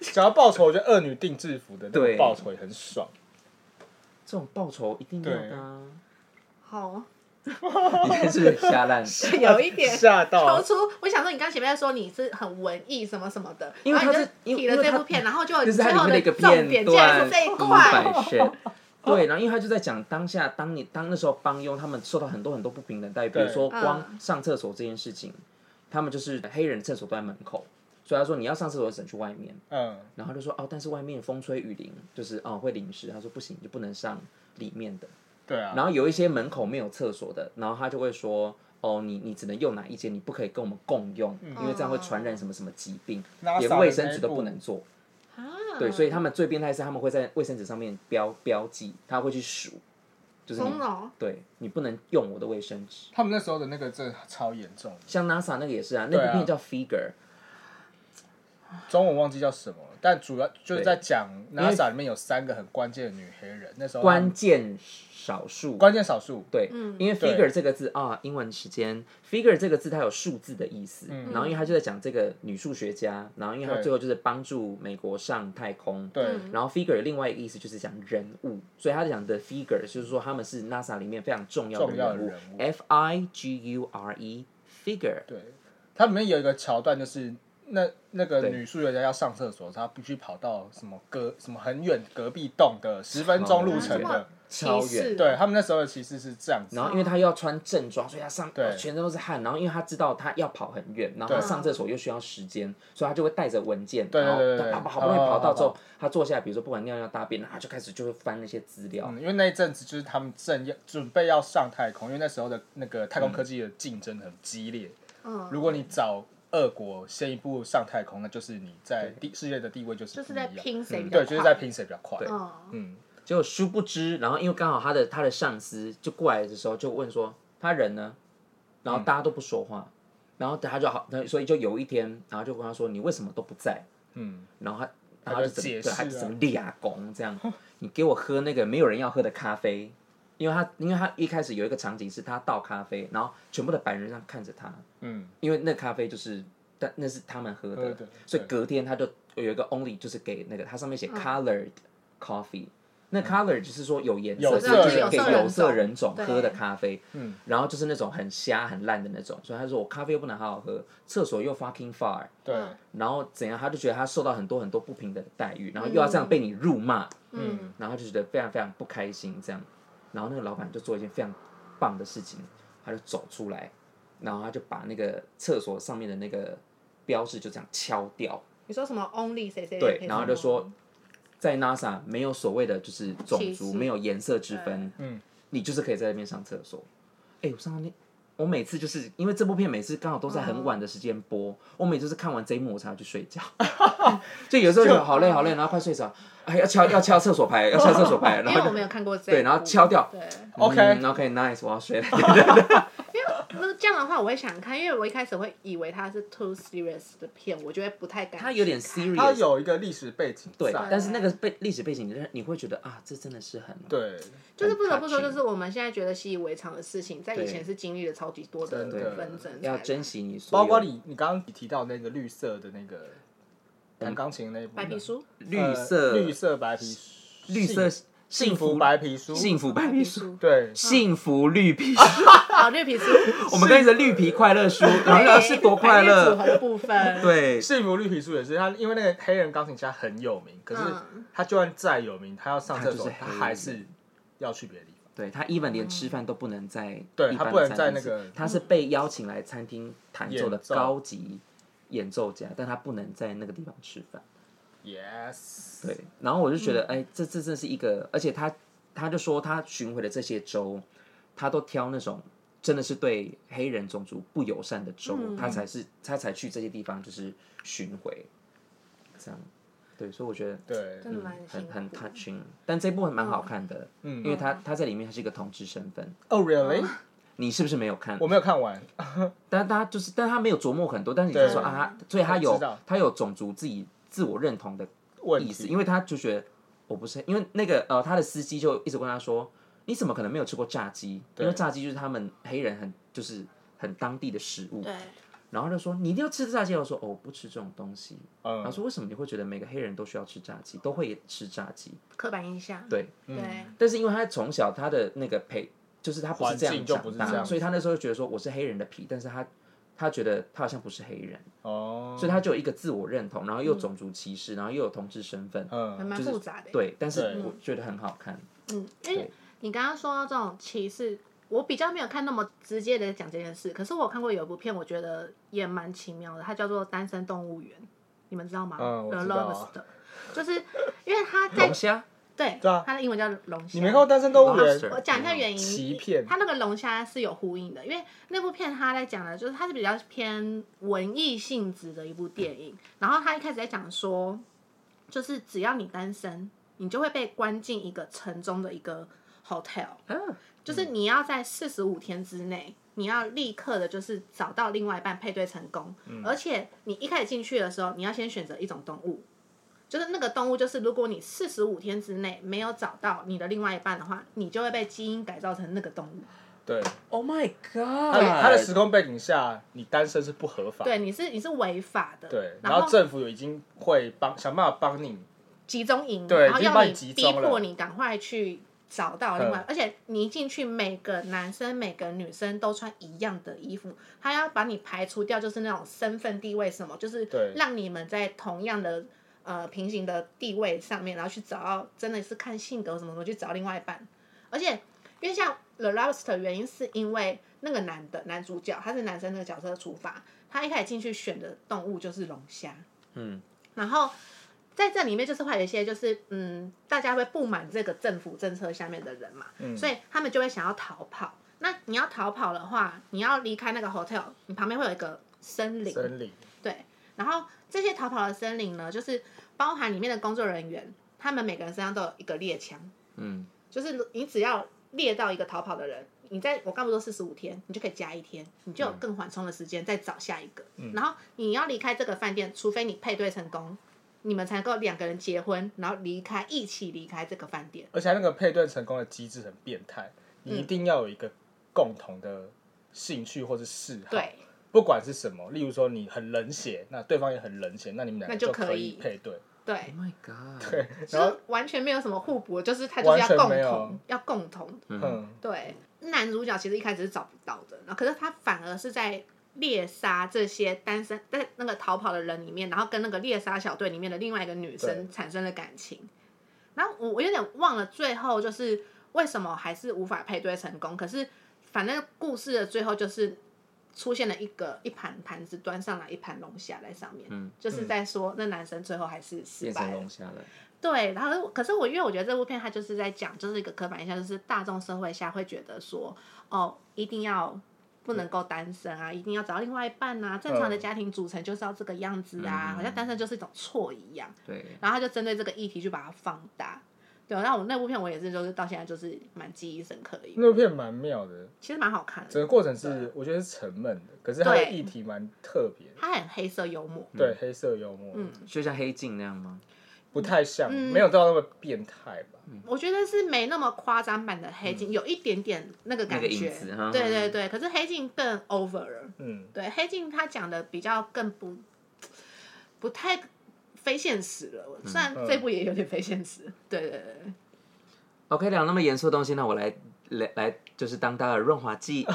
Speaker 4: 想要报仇，我觉得恶女定制服的那
Speaker 3: 对
Speaker 4: 种报仇也很爽。
Speaker 3: 这种报仇一定要的、啊。
Speaker 5: 好，
Speaker 3: 你看是不是瞎烂？
Speaker 5: 有一点
Speaker 3: 啊
Speaker 4: 吓到
Speaker 5: 超出。我想说，你刚前面在说你是很文艺什么什么的，
Speaker 3: 因为
Speaker 5: 然后
Speaker 3: 它
Speaker 5: 你
Speaker 3: 是因为
Speaker 5: 就提了
Speaker 3: 因为
Speaker 5: 这
Speaker 3: 它
Speaker 5: 部片，然后就
Speaker 3: 就是它
Speaker 5: 最
Speaker 3: 里
Speaker 5: 后
Speaker 3: 面的
Speaker 5: 的
Speaker 3: 一个
Speaker 5: 重
Speaker 3: 片
Speaker 5: 点竟然
Speaker 3: 段，嗯
Speaker 5: 是这一
Speaker 3: 一
Speaker 5: 块。
Speaker 3: 百炫。 对，然后因为他就在讲当下，当你当那时候帮佣他们受到很多很多不平等待遇，比如
Speaker 4: 对
Speaker 3: 说光
Speaker 5: 嗯
Speaker 3: 上厕所这件事情，他们就是黑人厕所都在门口，所以他说你要上厕所只能去外面，
Speaker 4: 嗯，
Speaker 3: 然后他就说哦，但是外面风吹雨淋，就是哦会淋湿，他说不行，你就不能上里面的。
Speaker 4: 对啊。
Speaker 3: 然后有一些门口没有厕所的，然后他就会说。哦，你你只能用哪一间，你不可以跟我们共用，因为这样会传染什么什么疾病，
Speaker 4: 拉
Speaker 3: 连
Speaker 4: 萨的
Speaker 3: 卫生
Speaker 4: 嗯哦那一
Speaker 3: 纸都
Speaker 4: 部
Speaker 3: 不能做。
Speaker 5: 啊
Speaker 3: 对，所以他们最变态是他们会在卫生纸上面标标记，他会去数，就是你
Speaker 5: 红龙
Speaker 3: 对你不能用我的卫生纸。
Speaker 4: 他们那时候的那个真的超严重，
Speaker 3: 像 NASA 那个也是啊，那部
Speaker 4: 对啊
Speaker 3: 片叫 Figure，、
Speaker 4: 中文忘记叫什么了，但主要就是
Speaker 3: 对
Speaker 4: 在讲
Speaker 3: 为
Speaker 4: NASA 里面有三个很关键的女黑人，那时候他们
Speaker 3: 关键少数。
Speaker 4: 关键少数，
Speaker 3: 对，因为
Speaker 4: 对
Speaker 3: figure 这个字啊，英文时间 figure 这个字它有数字的意思，然后因为他就在讲这个女数学家，然后因为她
Speaker 4: 嗯对
Speaker 3: 最后就是帮助美国上太空，
Speaker 4: 对，
Speaker 3: 然后 figure 有另外一个意思就是讲人物，所以他讲的 figure 就是说他们是 NASA 里面非常重要的
Speaker 4: 重要的
Speaker 3: 人物
Speaker 4: 人物
Speaker 3: ，F I G U R E figure，
Speaker 4: 对，它里面有一个桥段，就是那那个
Speaker 3: 对
Speaker 4: 女数学家要上厕所，她必须跑到什么隔什么很远隔壁栋的十分钟路程
Speaker 5: 超远
Speaker 4: 的。
Speaker 3: 超
Speaker 5: 啊歧视
Speaker 3: 远。
Speaker 4: 嗯对他们那时候的歧视是这样子
Speaker 3: 然，后因为他又要穿正装，所以他上
Speaker 4: 嗯对
Speaker 3: 全身都是汗。然后因为他知道他要跑很远，然后他
Speaker 4: 对
Speaker 3: 上厕所又需要时间，所以他就会带着文件，
Speaker 4: 对对
Speaker 3: 然后
Speaker 4: 对对对
Speaker 3: 他跑好不容易
Speaker 4: 哦
Speaker 3: 跑到之
Speaker 4: 好
Speaker 3: 后，他坐下来，比如说不管尿尿大便，然后他就开始就会翻那些资料。
Speaker 4: 嗯，因为那一阵子就是他们正要准备要上太空，因为那时候的那个太空科技的竞争很激烈，
Speaker 5: 嗯
Speaker 4: 如果你找俄国先一步上太空，那就是你在地世界的地位就是
Speaker 5: 就是
Speaker 4: 不一
Speaker 5: 在
Speaker 4: 样，嗯
Speaker 5: 拼谁比较
Speaker 4: 对，就是
Speaker 5: 快。
Speaker 4: 在拼谁比较快。
Speaker 5: 嗯，
Speaker 4: 嗯，
Speaker 3: 结果殊不知，然后因为刚好他的他的上司就过来的时候就问说他人呢，然后
Speaker 4: 嗯
Speaker 3: 大家都不说话，然后他就好，那所以就有一天，然后就跟他说你为什么都不在？
Speaker 4: 嗯，
Speaker 3: 然后他
Speaker 4: 他
Speaker 3: 然后
Speaker 4: 就
Speaker 3: 怎
Speaker 4: 解
Speaker 3: 么
Speaker 4: 释
Speaker 3: 对，
Speaker 4: 啊
Speaker 3: 他怎么立阿公这样， 你给我喝那个没有人要喝的咖啡，因为他因为他一开始有一个场景是他倒咖啡，然后全部的白人这样看着他，
Speaker 4: 嗯，
Speaker 3: 因为那咖啡就是但那是他们喝
Speaker 4: 喝
Speaker 3: 的
Speaker 4: 的，
Speaker 3: 所以
Speaker 4: 对
Speaker 3: 隔天他就有一个 only 就是给那个它上面写 colored coffee，那 color 就是说有颜
Speaker 4: 嗯有
Speaker 3: 色，
Speaker 4: 色
Speaker 3: 就是
Speaker 4: 人
Speaker 3: 给
Speaker 4: 种
Speaker 3: 有色人种
Speaker 5: 对
Speaker 3: 喝的咖啡，
Speaker 4: 嗯，
Speaker 3: 然后就是那种很瞎很烂的那种，所以他说我咖啡又不能好好喝，厕所又 fucking far。
Speaker 4: 对，
Speaker 5: 嗯
Speaker 3: 然后怎样，他就觉得他受到很多很多不平等的待遇，然后又要这样被你辱骂，
Speaker 5: 嗯，
Speaker 3: 然后就觉得非常非常不开心这样。然后那个老板就做一件非常棒的事情，他就走出来，然后他就把那个厕所上面的那个标志就这样敲掉，
Speaker 5: 你说什么 only 谁谁谁
Speaker 3: 对
Speaker 5: 谁，
Speaker 3: 然后就说在 NASA 没有所谓的就是种
Speaker 5: 歧
Speaker 3: 族，
Speaker 5: 视
Speaker 3: 没有颜色之分，
Speaker 4: 嗯，
Speaker 3: 你就是可以在那边上厕所。哎、我上到那，我每次就是因为这部片每次刚好都在很晚的时间播，我每次是看完这一幕我才要去睡 觉，就有时候就好累好累，然后快睡着，哎要敲要敲厕所牌，要敲厕所 牌，
Speaker 5: 因
Speaker 3: 然
Speaker 5: 为
Speaker 3: 后
Speaker 5: 我
Speaker 3: 就
Speaker 5: 没有看过这一
Speaker 3: 对，然后
Speaker 5: 部
Speaker 3: 敲掉。
Speaker 5: 对。
Speaker 4: OK
Speaker 3: OK nice，我要睡了。
Speaker 5: 那这样的话，我会想看，因为我一开始会以为它是 too serious 的片，我就会不太敢去
Speaker 3: 它
Speaker 5: 看。
Speaker 3: 有点
Speaker 4: 它
Speaker 3: serious，
Speaker 4: 有一个历史背景
Speaker 3: 对，
Speaker 4: 在，
Speaker 3: 但是那个背历史背景，你你会觉得啊，这真的是很
Speaker 4: 对，
Speaker 5: 就是不得不说，就
Speaker 3: touching
Speaker 5: 是我们现在觉得习以为常的事情，在以
Speaker 3: 对
Speaker 5: 前是经历了超级多
Speaker 4: 真的
Speaker 5: 纷争，
Speaker 3: 要珍。惜你所有
Speaker 4: 包括你你刚刚提到那个绿色的那个弹钢琴的那一部
Speaker 5: 白皮书，
Speaker 3: 嗯 绿色
Speaker 4: 呃绿色白皮书
Speaker 3: 绿色
Speaker 4: 幸
Speaker 3: 幸
Speaker 4: 幸福白皮书
Speaker 3: 幸福白皮书。
Speaker 4: 对
Speaker 3: 幸福绿皮，
Speaker 5: 好，哦绿皮书，
Speaker 3: 我们跟着绿皮快 乐书，然后是多快
Speaker 5: 白日组
Speaker 3: 乐，
Speaker 5: 合的部 分，，
Speaker 3: 对，
Speaker 4: 幸福绿皮书也是他，因为那个黑人钢琴家很有名，可是
Speaker 5: 嗯
Speaker 4: 他就算再有名，他要上厕所，
Speaker 3: 他就
Speaker 4: 他
Speaker 3: 是黑人
Speaker 4: 还是要去别的地方。
Speaker 3: 对他 even 连吃饭都不能在
Speaker 4: 对
Speaker 3: 一
Speaker 4: 他
Speaker 3: 般
Speaker 4: 不
Speaker 3: 的
Speaker 4: 能
Speaker 3: 餐厅
Speaker 4: 在那
Speaker 3: 吃
Speaker 4: 个
Speaker 3: 他是被邀请来餐厅弹奏的
Speaker 4: 演奏
Speaker 3: 高级演奏家，但他不能在那个地方吃饭。
Speaker 4: Yes，
Speaker 3: 对，然后我就觉得，
Speaker 5: 嗯
Speaker 3: 哎、这这真是一个，而且他他就说他巡回的这些州，他都挑那种真的是对黑人种族不友善的州，
Speaker 5: 嗯
Speaker 3: 他才是他才去这些地方就是巡回，这样，对，所以我觉得
Speaker 4: 对，
Speaker 5: 真的蛮
Speaker 3: 很
Speaker 5: 辛苦
Speaker 3: 嗯很 touching，但这部分蛮好看的，因为
Speaker 4: 嗯，
Speaker 3: 他他在里面他是一个同志身份，
Speaker 4: 哦，Really，
Speaker 3: 你是不是没有看
Speaker 4: 我？没有看完，
Speaker 3: 但他就是，但他没有琢磨很多，但是你就
Speaker 4: 对
Speaker 3: 说啊，他所以他
Speaker 4: 我知
Speaker 3: 有
Speaker 4: 道
Speaker 3: 他有种族自己自我认同的
Speaker 4: 问
Speaker 3: 意思，
Speaker 4: 题
Speaker 3: 因为他就觉得我不是，因为那个呃，他的司机就一直问他说，你怎么可能没有吃过炸鸡？因
Speaker 4: 对
Speaker 3: 为炸鸡就是他们黑人很就是很当地的食物。
Speaker 5: 对，
Speaker 3: 然后他就说你一定要吃炸鸡，我说哦，我不吃这种东西。他
Speaker 4: 嗯，
Speaker 3: 说为什么你会觉得每个黑人都需要吃炸鸡，都会吃炸鸡？
Speaker 5: 刻板印象，
Speaker 3: 对，
Speaker 5: 对，
Speaker 3: 但是因为他从小他的那个培，就是他不是这
Speaker 4: 环
Speaker 3: 样
Speaker 4: 境就不
Speaker 3: 长
Speaker 4: 是
Speaker 3: 大，
Speaker 4: 这样
Speaker 3: 所以他那时候就觉得说我是黑人的皮，但是他他觉得他好像不是黑人，
Speaker 4: 哦，
Speaker 3: 所以他就有一个自我认同，然后又种族歧视，然后又有同志身份，
Speaker 5: 还
Speaker 4: 嗯，
Speaker 5: 蛮
Speaker 3: 就是
Speaker 5: 复杂的。
Speaker 3: 对，但是
Speaker 4: 对
Speaker 3: 我觉得很好看。
Speaker 5: 嗯，因为
Speaker 3: 对
Speaker 5: 你刚刚说到这种歧视，我比较没有看那么直接的讲这件事，可是我看过有一部片，我觉得也蛮奇妙的，它叫做《单身动物园》，你们知道吗？
Speaker 4: 嗯我
Speaker 5: The
Speaker 4: 知道啊
Speaker 5: Lobster，就是因为它在
Speaker 3: 龙虾，
Speaker 5: 对，
Speaker 4: 对啊
Speaker 5: 它的英文叫龙虾。
Speaker 4: 你没看过《单身动物园》？
Speaker 5: 我讲一下原因，
Speaker 4: 鳍片
Speaker 5: 它那个龙虾是有呼应的，因为那部片它在讲的就是它是比较偏文艺性质的一部电影，然后它一开始在讲说，就是只要你单身，你就会被关进一个城中的一个 hotel，
Speaker 3: 嗯
Speaker 5: 就是你要在四十五天之内，你要立刻的，就是找到另外一半配对成功。
Speaker 4: 嗯
Speaker 5: 而且你一开始进去的时候，你要先选择一种动物，就是那个动物，就是如果你四十五天之内没有找到你的另外一半的话，你就会被基因改造成那个动物。
Speaker 4: 对，
Speaker 3: Oh my
Speaker 4: 他的他的
Speaker 3: god！
Speaker 4: 时空背景下，你单身是不合法，
Speaker 5: 对，你是你是违法的。
Speaker 4: 对，
Speaker 5: 然
Speaker 4: 然后政府有已经会帮想办法帮你，
Speaker 5: 集中营，
Speaker 4: 对
Speaker 5: 然后
Speaker 4: 已经
Speaker 5: 要
Speaker 4: 把
Speaker 5: 你
Speaker 4: 你集
Speaker 5: 逼
Speaker 4: 中了
Speaker 5: 迫你赶快去找到另外
Speaker 4: 嗯，
Speaker 5: 而且你一进去，每个男生每个女生都穿一样的衣服，他要把你排除掉，就是那种身份地位什么，就是
Speaker 4: 对
Speaker 5: 让你们在同样的呃平行的地位上面，然后去找到真的是看性格什么什么去找另外一半，而且因为像 The Lobster 原因是因为那个男的男主角他是男生那个角色出发，他一开始进去选的动物就是龙虾，
Speaker 3: 嗯，
Speaker 5: 然后在这里面就是会有一些就是嗯，大家会不满这个政府政策下面的人嘛，所以他们就会想要逃跑。那你要逃跑的话，你要离开那个 hotel，你旁边会有一个森林，
Speaker 4: 森林
Speaker 5: 对。然后这些逃跑的森林呢，就是包含里面的工作人员，他们每个人身上都有一个猎枪，
Speaker 3: 嗯，
Speaker 5: 就是你只要猎到一个逃跑的人，你在我刚不是说四十五天，你就可以加一天，你就有
Speaker 4: 嗯
Speaker 5: 更缓冲的时间再找下一个。然后你要离开这个饭店，除非你配对成功，你们才能够两个人结婚，然后离开一起离开这个饭店。
Speaker 4: 而且它那个配对成功的机制很变态，你一定要有一个共同的兴趣或是嗜好，
Speaker 5: 对，
Speaker 4: 不管是什么，例如说你很冷血，那对方也很冷血，那你们两个
Speaker 5: 那就可
Speaker 4: 可
Speaker 5: 以
Speaker 4: 配 对，
Speaker 3: ，Oh
Speaker 5: 对，
Speaker 3: my God，
Speaker 4: 对，
Speaker 5: 就
Speaker 4: 嗯然后
Speaker 5: 是完全没有什么互补，就是他就是要
Speaker 4: 完全
Speaker 5: 共
Speaker 4: 没有
Speaker 5: 同，要共同。
Speaker 4: 嗯，
Speaker 5: 对，男主角其实一开始是找不到的，然后可是他反而是在猎杀这些单身在那个逃跑的人里面，然后跟那个猎杀小队里面的另外一个女生
Speaker 4: 对
Speaker 5: 产生了感情。然后我我有点忘了最后就是为什么还是无法配对成功，可是反正故事的最后就是出现了一个一盘盘子端上来一盘龙虾在上面，
Speaker 3: 嗯
Speaker 5: 就是在说那男生最后还是失
Speaker 3: 变
Speaker 5: 败
Speaker 3: 成
Speaker 5: 了
Speaker 3: 龙。虾了，
Speaker 5: 对，然后可是我因为我觉得这部片它就是在讲，就是一个刻板印象，就是大众社会下会觉得说，哦，一定要不能够单身啊，一定要找到另外一半啊，正常的
Speaker 4: 嗯
Speaker 5: 家庭组成就是要这个样子啊，好像单身就是一种错一样。
Speaker 3: 对，
Speaker 5: 然后他就针对这个议题去把它放大。对，然后我那部片我也是，就是到现在就是蛮记忆深刻的一部，
Speaker 4: 那部片蛮妙的，
Speaker 5: 其实蛮好看
Speaker 4: 整
Speaker 5: 的，
Speaker 4: 个过程是我觉得是沉闷的，可是它的
Speaker 5: 对
Speaker 4: 议题蛮特别的，
Speaker 5: 它很黑色幽默。
Speaker 4: 对，黑色幽默，
Speaker 5: 嗯
Speaker 3: 就像黑镜那样吗？
Speaker 4: 不太像，
Speaker 5: 嗯
Speaker 4: 没有到那么变态吧，
Speaker 5: 我觉得是没那么夸张版的黑镜，有一点点那个感
Speaker 3: 那个
Speaker 5: 觉
Speaker 3: 影子哈。
Speaker 5: 对对对，可是黑镜更 over 了。
Speaker 4: 嗯，
Speaker 5: 对，黑镜它讲的比较更不不太非现实了，
Speaker 3: 嗯
Speaker 5: 虽然这部也有点非现实。对对对，
Speaker 3: OK，聊那么严肃的东西，那我来来来，就是当大家的润滑剂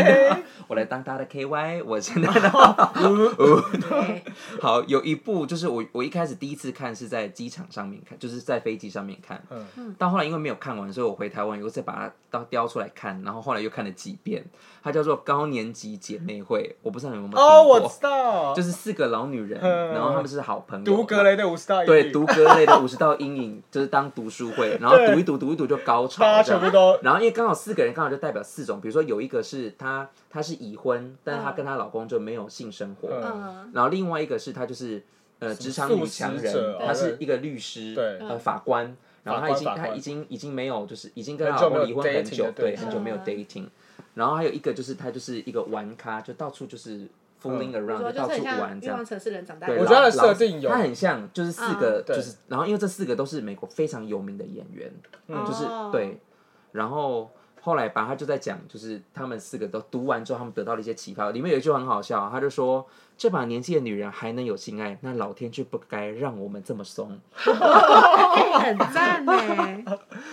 Speaker 3: 我来当大家的 KY。我现 在的
Speaker 4: 嗯
Speaker 5: 对
Speaker 3: 好有一部，就是我我一开始第一次看是在机场上面看，就是在飞机上面看。
Speaker 4: 嗯
Speaker 3: 嗯。到后来因为没有看完，所以我回台湾以后再把它到雕出来看，然后后来又看了几遍。它叫做《高年级姐妹会》，我不知道你们有没有
Speaker 4: 哦，
Speaker 3: 听过
Speaker 4: 我知道，
Speaker 3: 就是四个老女人，
Speaker 4: 嗯
Speaker 3: 然后她们是好朋友。
Speaker 4: 读格雷的五十大
Speaker 3: 对，读格类的五十道阴影，就是当读书会，然后读一读，读一读就高潮
Speaker 4: 大家
Speaker 3: 这样
Speaker 4: 全部都
Speaker 3: 然后因为刚好四个人，刚好就代表四种，比如说有一个是她，她是已婚，但是她跟她老公就没有性生活。
Speaker 4: 嗯
Speaker 5: 嗯，
Speaker 3: 然后另外一个是她就是呃职场女强
Speaker 4: 素食者
Speaker 3: 人
Speaker 4: 哦，
Speaker 3: 她是一个律师，
Speaker 4: 对
Speaker 3: 呃法官。然后她已经
Speaker 4: 法官法
Speaker 3: 她
Speaker 4: 官
Speaker 3: 已经已经没有就是已经跟她
Speaker 4: 很
Speaker 3: 老
Speaker 4: 久没
Speaker 3: 公
Speaker 4: 有
Speaker 3: 离婚很
Speaker 4: dating
Speaker 3: 久
Speaker 4: 的，对
Speaker 3: 对，很久没有
Speaker 5: 嗯
Speaker 3: dating。然后还有一个就是她就是一个玩咖，就到处就是 fooling
Speaker 5: 嗯我
Speaker 3: around，就
Speaker 5: 说就
Speaker 3: 到
Speaker 5: 是很
Speaker 3: 处
Speaker 5: 像
Speaker 3: 玩
Speaker 5: 《
Speaker 3: 这
Speaker 5: 欲
Speaker 3: 样
Speaker 5: 望。城市人》长大的
Speaker 3: 对，
Speaker 5: 人，
Speaker 4: 我觉得
Speaker 3: 老
Speaker 4: 它的设定有
Speaker 3: 老它很像，就是四个
Speaker 5: 嗯，
Speaker 4: 对
Speaker 3: 就是然后因为这四个都是美国非常有名的演员，嗯就是
Speaker 5: 哦
Speaker 3: 对，然后后来吧，他就在讲，就是他们四个都读完之后，他们得到了一些启发。里面有一句很好笑，他就说：“这把年纪的女人还能有性爱，那老天就不该让我们这么松。
Speaker 5: 很 赞呢。”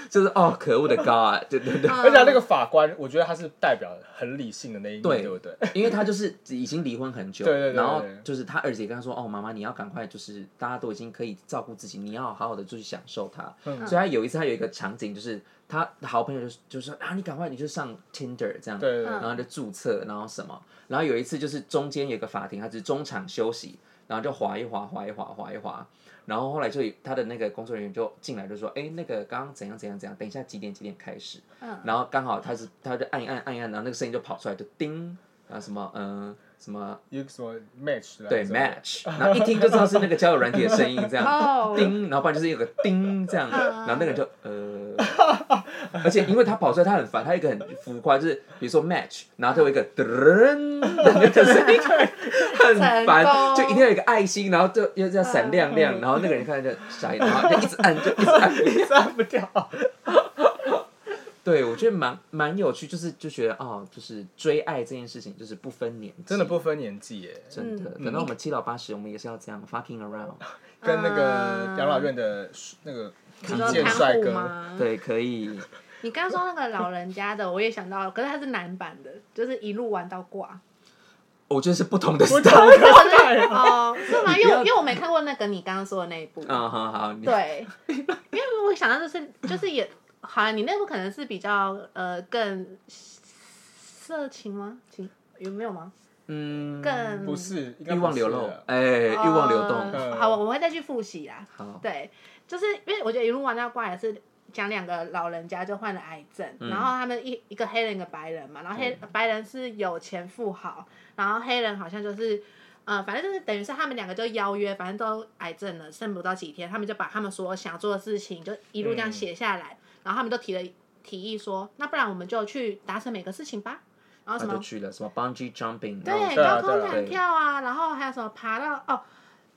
Speaker 3: 就是哦，可恶的 God，对对对。
Speaker 5: 嗯
Speaker 4: 而且他那个法官，我觉得他是代表很理性的那一面，
Speaker 3: 对
Speaker 4: 对不对？
Speaker 5: 嗯
Speaker 3: 因为他就是已经离婚很久，
Speaker 4: 对对对对
Speaker 3: 然后就是他二姐跟他说：“哦，妈妈，你要赶快，就是大家都已经可以照顾自己，你要好好的就去享受它。
Speaker 4: 嗯
Speaker 3: 所以他有一次，他有一个场景，就是他的好朋友就是就说：“啊，你赶快，你就上 Tinder 这样。”
Speaker 4: 对对对
Speaker 3: 然后就注册，然后什么，然后有一次就是中间有个法庭，他只是中场休息，然后就划一划，划一划，划一划。然后后来就有他的那个工作人员就进来就说，哎，那个刚刚怎样怎样怎样，等一下几点几点开始？
Speaker 5: 嗯
Speaker 3: 然后刚好他是他就按一按按一按，然后那个声音就跑出来，就叮，然后什么嗯、呃什么
Speaker 4: 有什么 match 的
Speaker 3: 对
Speaker 4: 还是什么
Speaker 3: match，然后一听就知道是那个交友软体的声音这样。
Speaker 5: 哦，
Speaker 3: 叮，然后不然就是有个叮这样，然后那个人就呃，而且因为他跑出来，他很烦，他有一个很浮夸，就是比如说 match，然后他有一个噔的声音，很烦，就一定要有一个爱心，然后就要要闪亮亮，然后那个人看着就傻眼，然后就一直按，就一直按。
Speaker 4: 删不掉。
Speaker 3: 对，我觉得蛮蛮有趣，就是就觉得哦，就是追爱这件事情，就是不分年纪，
Speaker 4: 真的不分年纪耶，
Speaker 3: 真的。等到我们七老八十，我们也是要这样 fucking around。
Speaker 4: 跟那
Speaker 5: 嗯
Speaker 4: 个养老院的那个
Speaker 5: 你
Speaker 4: 康
Speaker 5: 说
Speaker 4: 健
Speaker 5: 看
Speaker 4: 帅
Speaker 5: 护
Speaker 4: 哥，
Speaker 5: 吗？
Speaker 3: 对，可以。
Speaker 5: 你刚刚说那个老人家的，我也想到，可是他是男版的，就是一路玩到 挂。
Speaker 3: 我觉得是不同的 s
Speaker 4: 不
Speaker 3: t
Speaker 4: 同
Speaker 3: y
Speaker 4: 的代表
Speaker 5: 哦，是吗？因
Speaker 3: 你不
Speaker 5: 为
Speaker 3: 要
Speaker 5: 我因为我没看过那个你刚刚说的那一部。
Speaker 3: 嗯，好好，你
Speaker 5: 对，因为我想到就是就是也，好了，你那部可能是比较呃更色情吗？情有没有吗？
Speaker 3: 嗯，
Speaker 5: 更哦
Speaker 4: 不是应该
Speaker 3: 欲
Speaker 4: 不是
Speaker 3: 望流露
Speaker 4: 啊，
Speaker 3: 哎、欲望流动，
Speaker 5: 呃好，我我会再去复习啦。
Speaker 3: 好，
Speaker 5: 对，就是因为我觉得一路玩到挂也是讲两个老人家就患了癌症，然后他们一一个黑人一个白人嘛，然后黑、白人是有钱富豪，然后黑人好像就是。呃，反正就是等于是他们两个就邀约，反正都癌症了，剩不到几天，他们就把他们所有想做的事情就一路这样写下来，然后他们都提了提议说，那不然我们就去达成每个事情吧，然后
Speaker 3: 他
Speaker 5: 什么
Speaker 3: 就去了什么 bungee jumping，然后
Speaker 5: 对，
Speaker 4: 对啊
Speaker 5: 高空
Speaker 4: 对啊
Speaker 5: 弹跳啊，然后还有什么爬到哦，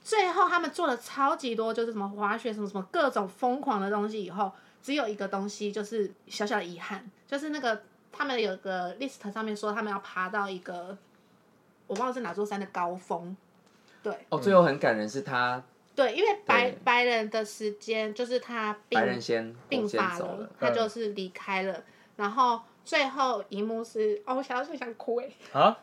Speaker 5: 最后他们做了超级多，就是什么滑雪什么什么各种疯狂的东西，以后只有一个东西就是小小的遗憾，就是那个他们有个 list 上面说他们要爬到一个我忘了是哪座山的高峰，对
Speaker 3: 哦，最后很感人是他
Speaker 5: 对，因为白
Speaker 3: 对
Speaker 5: 白人的时间就是他病
Speaker 3: 白人先
Speaker 5: 病
Speaker 3: 我先
Speaker 5: 发
Speaker 3: 走
Speaker 5: 了
Speaker 3: 了，，嗯
Speaker 5: 他就是离开了，然后最后一幕是哦，我想到就想哭哎、
Speaker 4: 啊，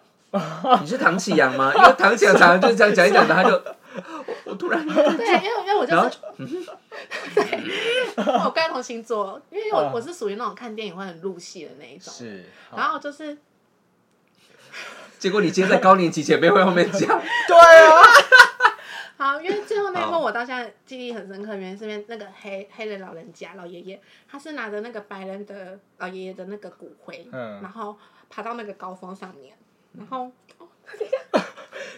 Speaker 3: 你是唐启阳吗？因为唐启阳常常就是这样讲一讲，然后他就 我我突然
Speaker 5: 对，因为因为我就
Speaker 3: 然后嗯
Speaker 5: 是， 对，我跟他同星座，因为我
Speaker 4: 嗯
Speaker 5: 我是属于那种看电影会很入戏的那一种，
Speaker 4: 是，
Speaker 5: 然后就是
Speaker 3: 结果你今天在高年级前辈会后面 讲，
Speaker 4: 对啊，
Speaker 5: 好，因为最后那一幕
Speaker 3: 好
Speaker 5: 我到现在记忆很深刻，原因是因为那个黑黑人老人家老爷爷，他是拿着那个白人的老爷爷的那个骨灰，
Speaker 4: 嗯
Speaker 5: 然后爬到那个高峰上面，然后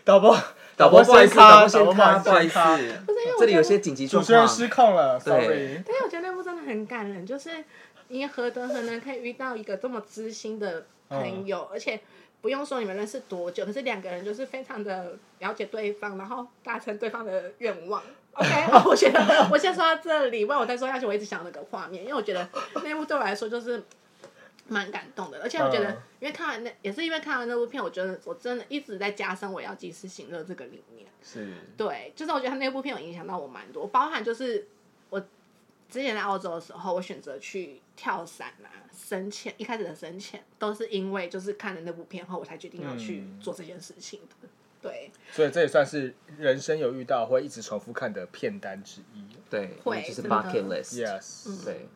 Speaker 4: 导 播，
Speaker 3: 导播不好意思，导播先
Speaker 4: 导播
Speaker 3: 卡，不好意
Speaker 4: 先
Speaker 3: 思
Speaker 4: 卡，
Speaker 5: 不是因为我
Speaker 3: 这里有
Speaker 5: 觉得
Speaker 3: 些紧急
Speaker 4: 主
Speaker 3: 状
Speaker 4: 持人
Speaker 3: 况，
Speaker 4: 失控了
Speaker 3: 对
Speaker 4: ，sorry。
Speaker 5: 但是我觉得那部真的很感人，就是你何德何能可以遇到一个这么知心的朋友，而且不用说你们认识多久，可是两个人就是非常的了解对方，然后达成对方的愿望。OK，我觉得我先说到这里，不然我再说下去，我一直想那个画面，因为我觉得那部对我来说就是蛮感动的，而且我觉得
Speaker 4: 嗯，
Speaker 5: 因为看完那也是因为看完那部片，我觉得我真的一直在加深我要及时行乐这个理念。
Speaker 4: 是，
Speaker 5: 对，就是我觉得他那部片有影响到我蛮多，包含就是我之前在澳洲的时候，我选择去跳伞啊、深潜，一开始的深潜都是因为就是看了那部片后，我才决定要去
Speaker 4: 嗯
Speaker 5: 做这件事情的。对，
Speaker 4: 所以这也算是人生有遇到会一直重复看的片单之一。
Speaker 3: 对，
Speaker 5: 会
Speaker 3: 就是
Speaker 5: 真的
Speaker 3: bucket list，
Speaker 4: Yes，
Speaker 3: 对，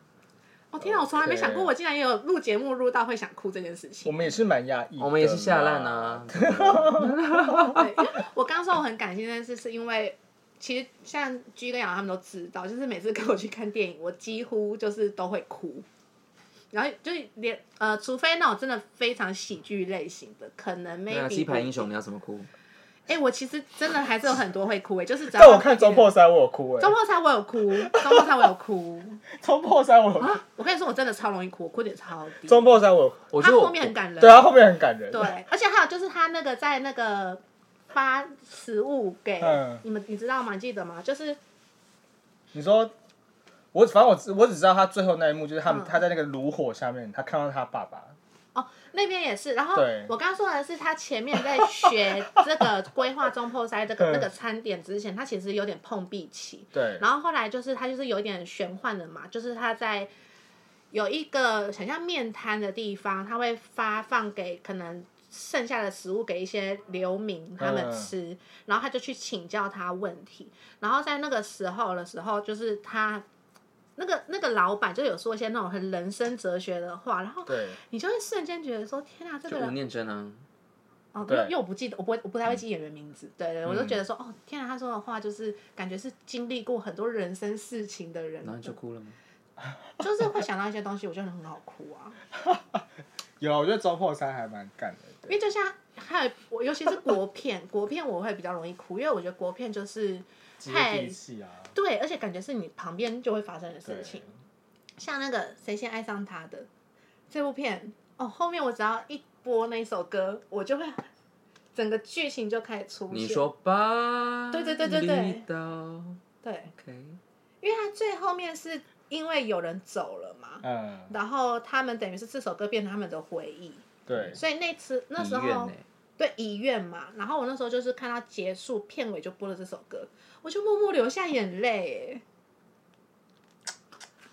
Speaker 5: 哦天
Speaker 4: 呃
Speaker 5: 哪，我从来没想过
Speaker 4: OK
Speaker 5: 我竟然也有录节目录到会想哭这件事
Speaker 4: 我
Speaker 5: 情。
Speaker 4: 们也是蛮压抑，
Speaker 3: 我们也是下烂。啊，
Speaker 5: 对，因为我刚刚说我很感谢这件事，是因为。其实像居跟杨他们都知道，就是每次跟我去看电影，我几乎就是都会哭。然后就是连呃，除非那种真的非常喜剧类型的，可能
Speaker 3: 对啊，
Speaker 5: maybe
Speaker 3: 鸡排
Speaker 5: 不一
Speaker 3: 英雄
Speaker 5: 定
Speaker 3: 你要怎么哭？
Speaker 5: 哎、我其实真的还是有很多会哭哎、就是只要
Speaker 4: 但我看中破三，我有哭哎
Speaker 5: 中，破三我有哭，中破三我有哭，
Speaker 4: 中破三我有哭，
Speaker 5: 我跟你说我真的超容易哭，我哭点超低。
Speaker 4: 中破三我有哭，
Speaker 3: 我觉
Speaker 5: 他
Speaker 3: 得我
Speaker 5: 后面很感人，
Speaker 4: 对啊，后面很感人。
Speaker 5: 对，而且还有就是他那个在那个发食物给、
Speaker 4: 嗯
Speaker 5: 你们，你知道吗？你记得吗？就是
Speaker 4: 你说，我反正我只我只知道他最后那一幕就是他们、
Speaker 5: 嗯
Speaker 4: 他在那个炉火下面，他看到他爸爸，
Speaker 5: 哦，那边也是。然后
Speaker 4: 对
Speaker 5: 我刚刚说的是，他前面在 学这个规划中破塞这个
Speaker 4: 嗯
Speaker 5: 那个餐点之前，他其实有点碰壁期。
Speaker 4: 对，
Speaker 5: 然后后来就是他就是有点玄幻的嘛，就是他在有一个很像面摊的地方，他会发放给可能剩下的食物给一些流民他
Speaker 4: 嗯
Speaker 5: 们吃，然后他就去请教他问题，然后在那个时候的时候，就是他。那个那个老板就有说一些那种很人生哲学的话，然后
Speaker 4: 对，
Speaker 5: 你就会瞬间觉得说：天啊，这
Speaker 3: 就
Speaker 5: 个
Speaker 3: 吴
Speaker 5: 人
Speaker 3: 念真啊，
Speaker 5: 哦，因
Speaker 4: 对
Speaker 5: 为因为我不记得，我不会，我不太会记演员名字。对对，我就
Speaker 3: 嗯
Speaker 5: 觉得说，哦，天啊，他说的话就是感觉是经历过很多人生事情的人
Speaker 3: 然，后你就哭了吗？
Speaker 5: 就是会想到一些东西，我觉得很好哭啊。
Speaker 4: 有，啊我觉得中破三还蛮感人的
Speaker 5: 因。为就像还有我，尤其是国片，国片我会比较容易哭，因为我觉得国片就是
Speaker 4: 接
Speaker 5: 太
Speaker 4: 地气啊，
Speaker 5: 对，而且感觉是你旁边就会发生的
Speaker 4: 对
Speaker 5: 事，情。像那个谁先爱上他的这部片哦，后面我只要一播那一首歌，我就会整个剧情就开始出现。
Speaker 3: 你说吧，
Speaker 5: 对对对对对
Speaker 3: 力道
Speaker 5: 对。
Speaker 3: ，OK，
Speaker 5: 因为他最后面是因为有人走了
Speaker 3: 啊
Speaker 5: 嘛，
Speaker 4: 嗯，
Speaker 5: 然后他们等于是这首歌变成他们的回忆，
Speaker 4: 对，
Speaker 5: 所以那次那时
Speaker 3: 遗愿欸
Speaker 5: 候
Speaker 3: 呢
Speaker 5: 对遗愿嘛，然后我那时候就是看到结束片尾就播了这首歌，我就默默流下眼泪。欸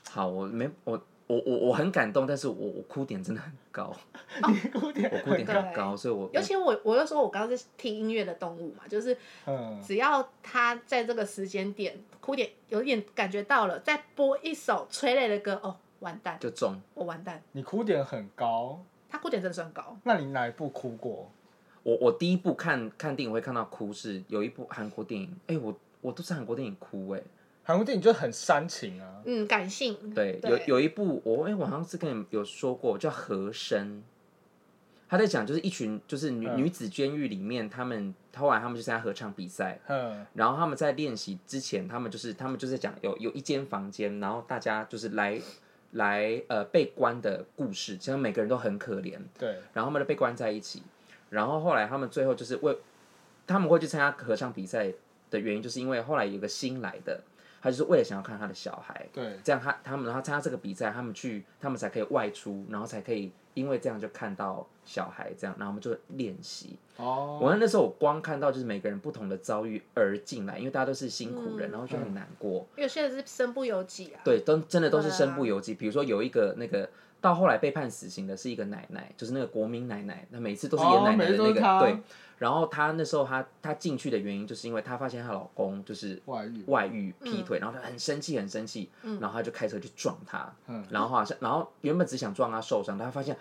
Speaker 3: 好，我没我。我我我很感动，但是我我哭点真的很高，
Speaker 4: 哭点
Speaker 3: 我哭点
Speaker 5: 对
Speaker 3: 很高，所以我
Speaker 5: 尤其我我又说我刚刚是听音乐的动物嘛，就是
Speaker 4: 嗯，
Speaker 5: 只要他在这个时间点哭点有点感觉到了，再播一首催泪的歌，哦，完蛋，
Speaker 3: 就中。
Speaker 5: 我完蛋，
Speaker 4: 你哭点很高，
Speaker 5: 他哭点真的算高。
Speaker 4: 那你哪一部哭过？
Speaker 3: 我我第一部看看电影会看到哭是有一部韩国电影，哎、我我都是韩国电影哭哎、
Speaker 4: 韩国电影就很煽情啊，
Speaker 5: 嗯，感性。
Speaker 3: 对，有有一部我哎、我好像是跟你有说过，叫《和珅》，他在讲就是一群就是女、
Speaker 4: 嗯
Speaker 3: 女子监狱里面，他们后来他们去参加合唱比赛，
Speaker 4: 嗯，
Speaker 3: 然后他们在练习之前，他们就是他们就是讲有有一间房间，然后大家就是来来呃被关的故事，其实每个人都很可怜，
Speaker 4: 对，
Speaker 3: 然后他们就被关在一起，然后后来他们最后就是为他们会去参加合唱比赛的原因，就是因为后来有个新来的，他就是为了想要看他的小孩。
Speaker 4: 对，
Speaker 3: 这样他他们他参加这个比赛，他们去他们才可以外出，然后才可以因为这样就看到小孩这样，然后我们就练习。
Speaker 4: 哦，
Speaker 3: 我那时候我光看到就是每个人不同的遭遇而进来，因为大家都是辛苦人，
Speaker 5: 嗯
Speaker 3: 然后就很难过。
Speaker 5: 有些人是身不由己啊。
Speaker 3: 对，都真的都是身不
Speaker 5: 对啊
Speaker 3: 由己。比如说有一个那个到后来被判死刑的是一个奶奶，就是那个国民奶奶，那每次都是演
Speaker 4: 哦
Speaker 3: 奶奶
Speaker 4: 每
Speaker 3: 的
Speaker 4: 次都
Speaker 3: 那
Speaker 4: 是
Speaker 3: 个、
Speaker 4: 她
Speaker 3: 对。然后她那时候她她进去的原因，就是因为她发现她老公就是
Speaker 4: 外遇嗯
Speaker 3: 外遇劈腿，然后她很生气很生气，然后她就开车去撞他，
Speaker 4: 嗯
Speaker 3: 然后好像然后原本只想撞他受伤，但她发现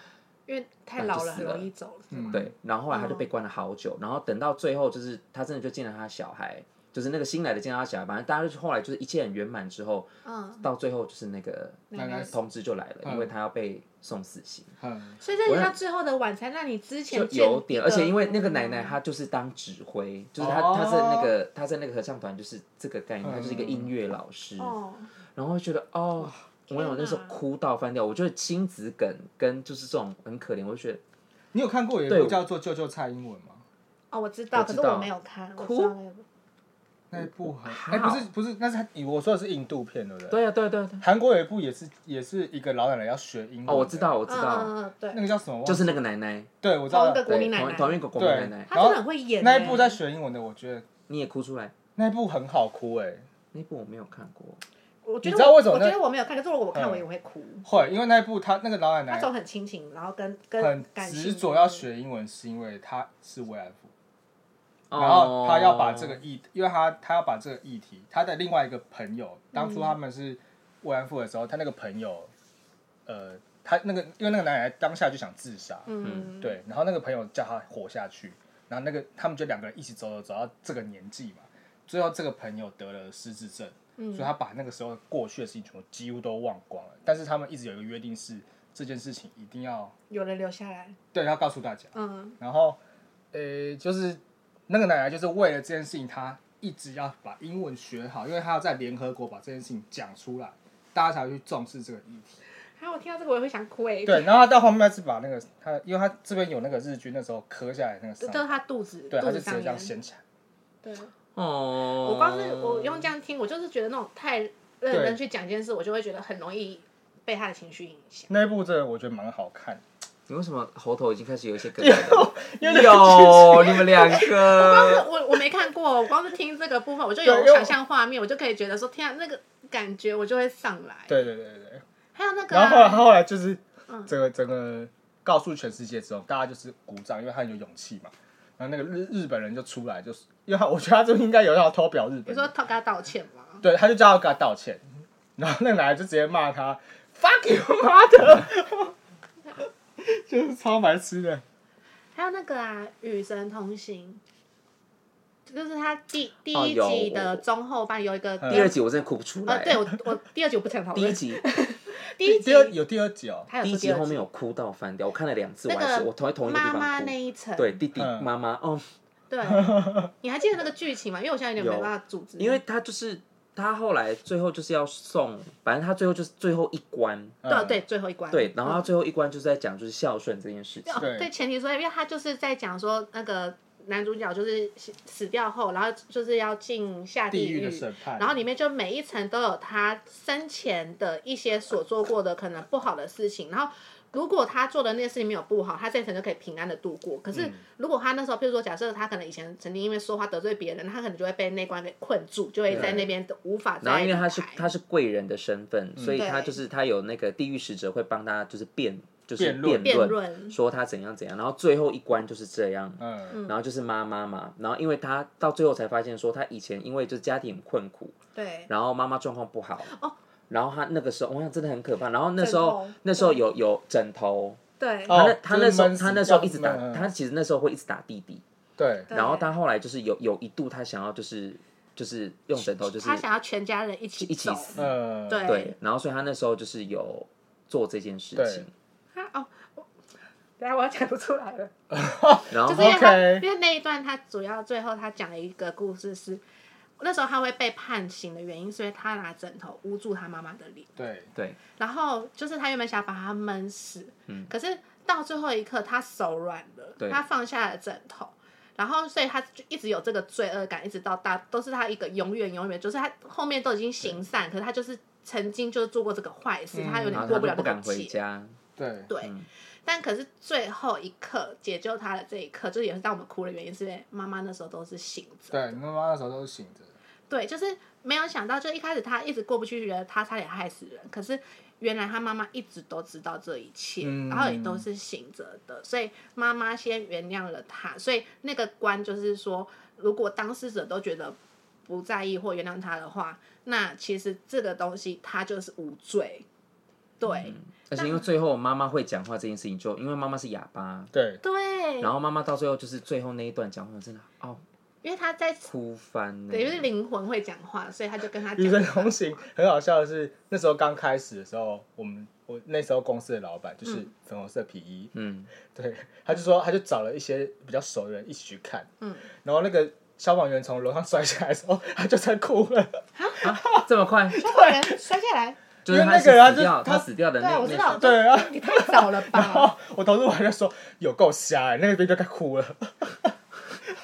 Speaker 5: 因为太老
Speaker 3: 那
Speaker 5: 了，
Speaker 3: 就死
Speaker 5: 很
Speaker 3: 了
Speaker 5: 容易走了。
Speaker 4: 嗯
Speaker 3: 对，然后后来他就被关了好久，然后等到最后就是他真的就见了他小孩，就是那个新来的见到他小孩，反正大家就后来就是一切很圆满之后，
Speaker 5: 嗯，
Speaker 3: 到最后就是那个
Speaker 5: 奶奶
Speaker 3: 通知就来了，因为他要被送死刑，
Speaker 4: 嗯，
Speaker 5: 所以这就像最后的晚餐，那你之
Speaker 3: 就
Speaker 5: 前
Speaker 3: 有
Speaker 5: 见
Speaker 3: 点，
Speaker 5: 一
Speaker 3: 而且因为那个奶奶她就是当指挥，就是她
Speaker 4: 哦
Speaker 3: 她在那个她在那个合唱团就是这个概念，她就是一个音乐老师，
Speaker 5: 哦，
Speaker 3: 然后会觉得哦，我有
Speaker 5: 天
Speaker 3: 那时候
Speaker 5: 哪
Speaker 3: 哭到翻掉，我觉得亲子梗跟就是这种很可怜，我就觉得
Speaker 4: 你有看过有一部叫做《救救蔡英文》吗？
Speaker 5: 哦，我知道，
Speaker 3: 我
Speaker 5: 可
Speaker 3: 知
Speaker 5: 是
Speaker 3: 道
Speaker 5: 我没有看，我
Speaker 3: 哭
Speaker 5: 知道那个
Speaker 4: 那一部很，
Speaker 3: 好
Speaker 4: 哎、不是不是，那是他我说的是印度片，对不对？。
Speaker 3: 对啊对啊对啊对啊，
Speaker 4: 韩国有一部也是也是一个老奶奶要学英文的，
Speaker 3: 哦我知道我知
Speaker 5: 嗯
Speaker 3: 道，
Speaker 5: 嗯嗯，对，
Speaker 4: 那个叫什么？
Speaker 3: 就是那个奶奶。
Speaker 4: 对，我知
Speaker 5: 同
Speaker 4: 道
Speaker 5: 一个
Speaker 4: 了。
Speaker 5: 国民
Speaker 3: 对，
Speaker 5: 奶
Speaker 3: 同
Speaker 5: 奶，
Speaker 3: 同一个国民奶奶，
Speaker 5: 他真的很会演欸。
Speaker 4: 那一部在学英文的，我觉得
Speaker 3: 你也哭出来。
Speaker 4: 那一部很好哭哎、
Speaker 3: 那部我没有看过，
Speaker 5: 我觉得
Speaker 4: 你知道
Speaker 5: 我
Speaker 4: 为什么
Speaker 5: 我
Speaker 4: 那
Speaker 5: 觉得我没有看，可是如果我看
Speaker 4: 嗯
Speaker 5: 我也会哭。
Speaker 4: 会，因为那一部他那个老奶
Speaker 5: 他走
Speaker 4: 奶
Speaker 5: 很亲情，然后跟
Speaker 4: 很
Speaker 5: 跟感嗯性
Speaker 4: 执着要学英文，是因为她是慰安妇，然
Speaker 3: 然
Speaker 4: 后她要把这个议，因为她她要把这个议题，她的另外一个朋友，当初他们是慰安妇的时候，她那个朋友，呃，她那个因为那个奶奶当下就想自杀，
Speaker 5: 嗯，
Speaker 4: 对，然后那个朋友叫他活下去，然后那个他们就两个人一起走走走到这个年纪嘛，最后这个朋友得了失智症，所以他把那个时候过去的事情全部几乎都忘光了。但是他们一直有一个约定是这件事情一定要
Speaker 5: 有人留下来，
Speaker 4: 对要告诉大家，
Speaker 5: 嗯，
Speaker 4: 然后呃就是那个奶奶就是为了这件事情，她一直要把英文学好，因为她要在联合国把这件事情讲出来，大家才会去重视这个议题。
Speaker 5: 还有啊我听到这个我也会想哭哎，
Speaker 4: 对，然后她到后面是把那个她，因为她这边有那个日军那时候刻下来那个
Speaker 5: 这
Speaker 4: 伤
Speaker 5: 都是他肚子，
Speaker 4: 对，
Speaker 5: 肚
Speaker 4: 他
Speaker 5: 子
Speaker 4: 就直
Speaker 5: 上
Speaker 4: 接这样
Speaker 5: 面，
Speaker 4: 掀起来。
Speaker 5: 对，
Speaker 3: 哦，
Speaker 5: 我光是我用这样听，我就是觉得那种太认真
Speaker 4: 对
Speaker 5: 去讲一件事，我就会觉得很容易被他的情绪影响。
Speaker 4: 那一部真的我觉得蛮好看，
Speaker 3: 你为什么喉头已经开始有一些梗了？
Speaker 4: 因为
Speaker 3: 有你们两
Speaker 5: 光是
Speaker 3: 个，
Speaker 5: 我我没看过，我光是听这个部分，我就
Speaker 4: 对
Speaker 5: 有
Speaker 4: 因为
Speaker 5: 想象画面，我就可以觉得说，天啊，那个感觉我就会上来。
Speaker 4: 对对对对对。
Speaker 5: 还有那个
Speaker 4: 然后后
Speaker 5: 啊，
Speaker 4: 来后来就是
Speaker 5: 嗯
Speaker 4: 整个整个告诉全世界之后，大家就是鼓掌，因为他很有勇气嘛。然后那个日日本人就出来，就是因为他我觉得他这边应该有要偷表日
Speaker 5: 你
Speaker 4: 本
Speaker 5: 说
Speaker 4: 人，
Speaker 5: 他给他道歉吗？
Speaker 4: 对，他就叫他给他道歉，然后那个男的就直接骂他 fuck you mother，就是超白痴的。
Speaker 5: 还有那个啊，《与神同行》，就是他第第
Speaker 3: 哦
Speaker 5: 一
Speaker 3: 有
Speaker 5: 集的
Speaker 3: 我
Speaker 5: 中后半有一个
Speaker 4: 嗯
Speaker 3: 哦第二集我真的哭不出
Speaker 5: 呃，
Speaker 3: 来。
Speaker 5: 对我我第啊二集我不想讨
Speaker 3: 第一
Speaker 5: 论，
Speaker 3: 集
Speaker 5: 第一集
Speaker 4: 第二有第二集哦，
Speaker 5: 还有
Speaker 3: 第一
Speaker 5: 出
Speaker 3: 集后面有哭到翻掉，我看了两次，
Speaker 5: 那
Speaker 3: 我还是
Speaker 5: 个
Speaker 3: 我同在同一个地
Speaker 5: 妈妈
Speaker 3: 方
Speaker 5: 那
Speaker 3: 哭。
Speaker 5: 一层，
Speaker 3: 对，弟弟
Speaker 4: 嗯
Speaker 3: 妈妈哦，
Speaker 5: 对，你还记得那个剧情吗？因为我现在有点没
Speaker 3: 有
Speaker 5: 办法组织，
Speaker 3: 因为他就是他后来最后就是要送，反正他最后就是最后一关，
Speaker 5: 对
Speaker 4: 嗯
Speaker 5: 对，最后一关
Speaker 3: 对，然后他最后一关就是在讲就是孝顺这件事情
Speaker 5: 哦。
Speaker 4: 对
Speaker 5: 对，前提说，因为他就是在讲说那个男主角就是死死掉后，然后就是要进下
Speaker 4: 地狱
Speaker 5: 狱
Speaker 4: 的审判，
Speaker 5: 然后里面就每一层都有他生前的一些所做过的可能不好的事情，然后如果他做的那些事情没有不好，他这一层就可以平安的度过。可
Speaker 4: 嗯
Speaker 5: 是如果他那时候，譬如说，假设他可能以前曾经因为说话得罪别人，他可能就会被那关给困住，就会在那边无法再
Speaker 3: 然后因为他是
Speaker 5: 离开
Speaker 3: 他是贵人的身份，
Speaker 4: 嗯
Speaker 3: 所以他
Speaker 5: 对
Speaker 3: 就是他有那个地狱使者会帮他就是辩就是
Speaker 4: 辩论
Speaker 5: 辩
Speaker 3: 论
Speaker 5: 论，
Speaker 3: 说他怎样怎样，然后最后一关就是这样。
Speaker 4: 嗯，
Speaker 3: 然后就是妈妈嘛，然后因为他到最后才发现说，他以前因为就是家庭很困苦，
Speaker 5: 对，
Speaker 3: 然后妈妈状况不好，
Speaker 5: 哦
Speaker 3: 然后他那个时候，我想真的很可怕。然后那时候
Speaker 5: 枕头
Speaker 3: 那时候有有枕头，
Speaker 5: 对，
Speaker 4: 哦
Speaker 3: 他那
Speaker 4: 就是
Speaker 3: 他那时候他那时候
Speaker 4: 闷死嗯
Speaker 3: 一直打
Speaker 4: 这样，闷
Speaker 3: 他其实那时候会一直打弟弟，
Speaker 4: 对，
Speaker 5: 对
Speaker 3: 然后他后来就是有有一度他想要就是就是用枕头就是
Speaker 5: 他想要全家人一起
Speaker 3: 一起
Speaker 5: 走
Speaker 3: 死，
Speaker 4: 呃，
Speaker 5: 对
Speaker 3: 对，然后所以他那时候就是有做这件事情，
Speaker 5: 他哦，我等一下我要讲不出来了，
Speaker 3: 然
Speaker 5: 就是
Speaker 3: 后
Speaker 5: 因为他
Speaker 4: OK
Speaker 5: 因为那一段他主要最后他讲了一个故事是，那时候他会被判刑的原因，所以他拿枕头捂住他妈妈的脸，
Speaker 4: 对，
Speaker 3: 对
Speaker 5: 然后就是他原本想把他闷死，可是到最后一刻他手软了，
Speaker 3: 嗯对
Speaker 5: 他放下了枕头。然后，所以他就一直有这个罪恶感，一直到大都是他一个永远永远，就是他后面都已经行善，可是他就是曾经就是做过这个坏事，
Speaker 4: 嗯
Speaker 5: 他有
Speaker 3: 然
Speaker 5: 点
Speaker 3: 后他
Speaker 5: 过不
Speaker 3: 就
Speaker 5: 了
Speaker 3: 不
Speaker 5: 那个
Speaker 3: 敢
Speaker 5: 界
Speaker 3: 回。家，嗯
Speaker 4: 对，
Speaker 5: 对，但可是最后一刻解救他的这一刻，就是也是让我们哭的原因，是因为妈妈那时候都是醒着，
Speaker 4: 对，妈妈那时候都是醒着，
Speaker 5: 对，就是没有想到，就一开始他一直过不去，觉得他差点害死人，可是原来他妈妈一直都知道这一切，
Speaker 4: 嗯
Speaker 5: 然后也都是醒着的，所以妈妈先原谅了他，所以那个官就是说，如果当事者都觉得不在意或原谅他的话，那其实这个东西他就是无罪，对、
Speaker 4: 嗯
Speaker 3: 而且因为最后妈妈会讲话这件事情就，因为妈妈是哑巴，
Speaker 4: 对，
Speaker 5: 对，
Speaker 3: 然后妈妈到最后就是最后那一段讲话真的哦
Speaker 5: 因为他在
Speaker 4: 嗯
Speaker 3: 哭翻了，
Speaker 5: 对，因为灵魂会讲话，所以他就跟他
Speaker 4: 与人
Speaker 5: 讲。
Speaker 4: 同行很好笑的是，那时候刚开始的时候，我们我那时候公司的老板
Speaker 5: 嗯
Speaker 4: 就是粉红色皮衣，
Speaker 3: 嗯
Speaker 4: 对，他就说他就找了一些比较熟的人一起去看，
Speaker 5: 嗯，
Speaker 4: 然后那个消防员从楼上摔下来的时候，他就在哭了，
Speaker 3: 这么 快，
Speaker 5: 对，摔下来，
Speaker 3: 就是
Speaker 4: 因为
Speaker 3: 他
Speaker 4: 那个人他
Speaker 3: 死
Speaker 4: 就
Speaker 3: 掉，
Speaker 4: 他
Speaker 3: 他死掉的
Speaker 5: 对啊，
Speaker 3: 那
Speaker 5: 我知道，
Speaker 3: 那
Speaker 4: 对啊
Speaker 5: 你太早了
Speaker 4: 然后
Speaker 5: 吧？
Speaker 4: 我同事我就说有够瞎、欸，那个边就该哭了，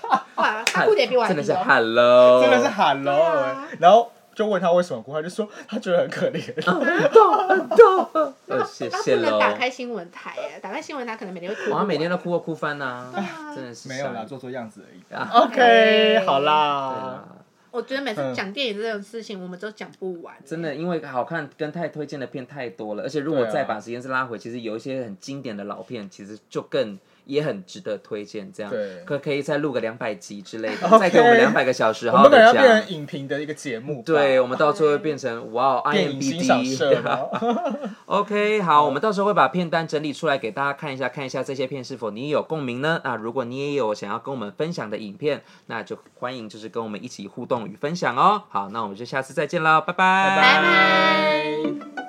Speaker 5: 哇，他
Speaker 3: 喊
Speaker 5: 哭点比我还
Speaker 3: 真的
Speaker 5: 低
Speaker 3: 是
Speaker 5: 哦。
Speaker 3: hello，
Speaker 4: 真的是喊欸喽、
Speaker 5: 对啊
Speaker 4: 然后就问他为什么哭，他就说他觉得很可怜，
Speaker 5: 哦
Speaker 3: 呃谢
Speaker 5: 他
Speaker 3: 谢
Speaker 5: 不能
Speaker 3: 喽，
Speaker 5: 打开新闻台耶，打开新闻台可能每天会哭不
Speaker 3: 哇，
Speaker 5: 完。
Speaker 3: 他每天都哭都哭翻呐，
Speaker 5: 啊
Speaker 3: 真的是
Speaker 4: 没有啦，
Speaker 3: 啦，
Speaker 4: 做做样子而已。啊
Speaker 3: 啊
Speaker 4: OK，好
Speaker 3: 对啊
Speaker 4: 啦，
Speaker 3: 啦。
Speaker 5: 我觉得每次
Speaker 4: 嗯
Speaker 5: 讲电影这种事情，我们都讲不完。
Speaker 3: 真的，因为好看跟太推荐的片太多了，而且如果
Speaker 4: 对啊
Speaker 3: 再把时间是拉回，其实有一些很经典的老片，其实就更也很值得推荐。这样
Speaker 4: 对
Speaker 3: 可可以再录个两百集之类的
Speaker 4: OK
Speaker 3: 再给我们两百个小时，
Speaker 4: 我
Speaker 3: 好好
Speaker 4: 们可
Speaker 3: 的
Speaker 4: 能要变成
Speaker 3: 讲。
Speaker 4: 影评的一个节目吧，
Speaker 3: 对，我们到最后会变成哇哦
Speaker 4: 电影欣赏社
Speaker 3: ，IMDB。
Speaker 4: 吗？
Speaker 3: OK，好，我们到时候会把片单整理出来给大家看一下，看一下这些片是否你也有共鸣呢？那如果你也有想要跟我们分享的影片，那就欢迎就是跟我们一起互动与分享哦。好，那我们就下次再见喽，拜拜
Speaker 5: 拜拜。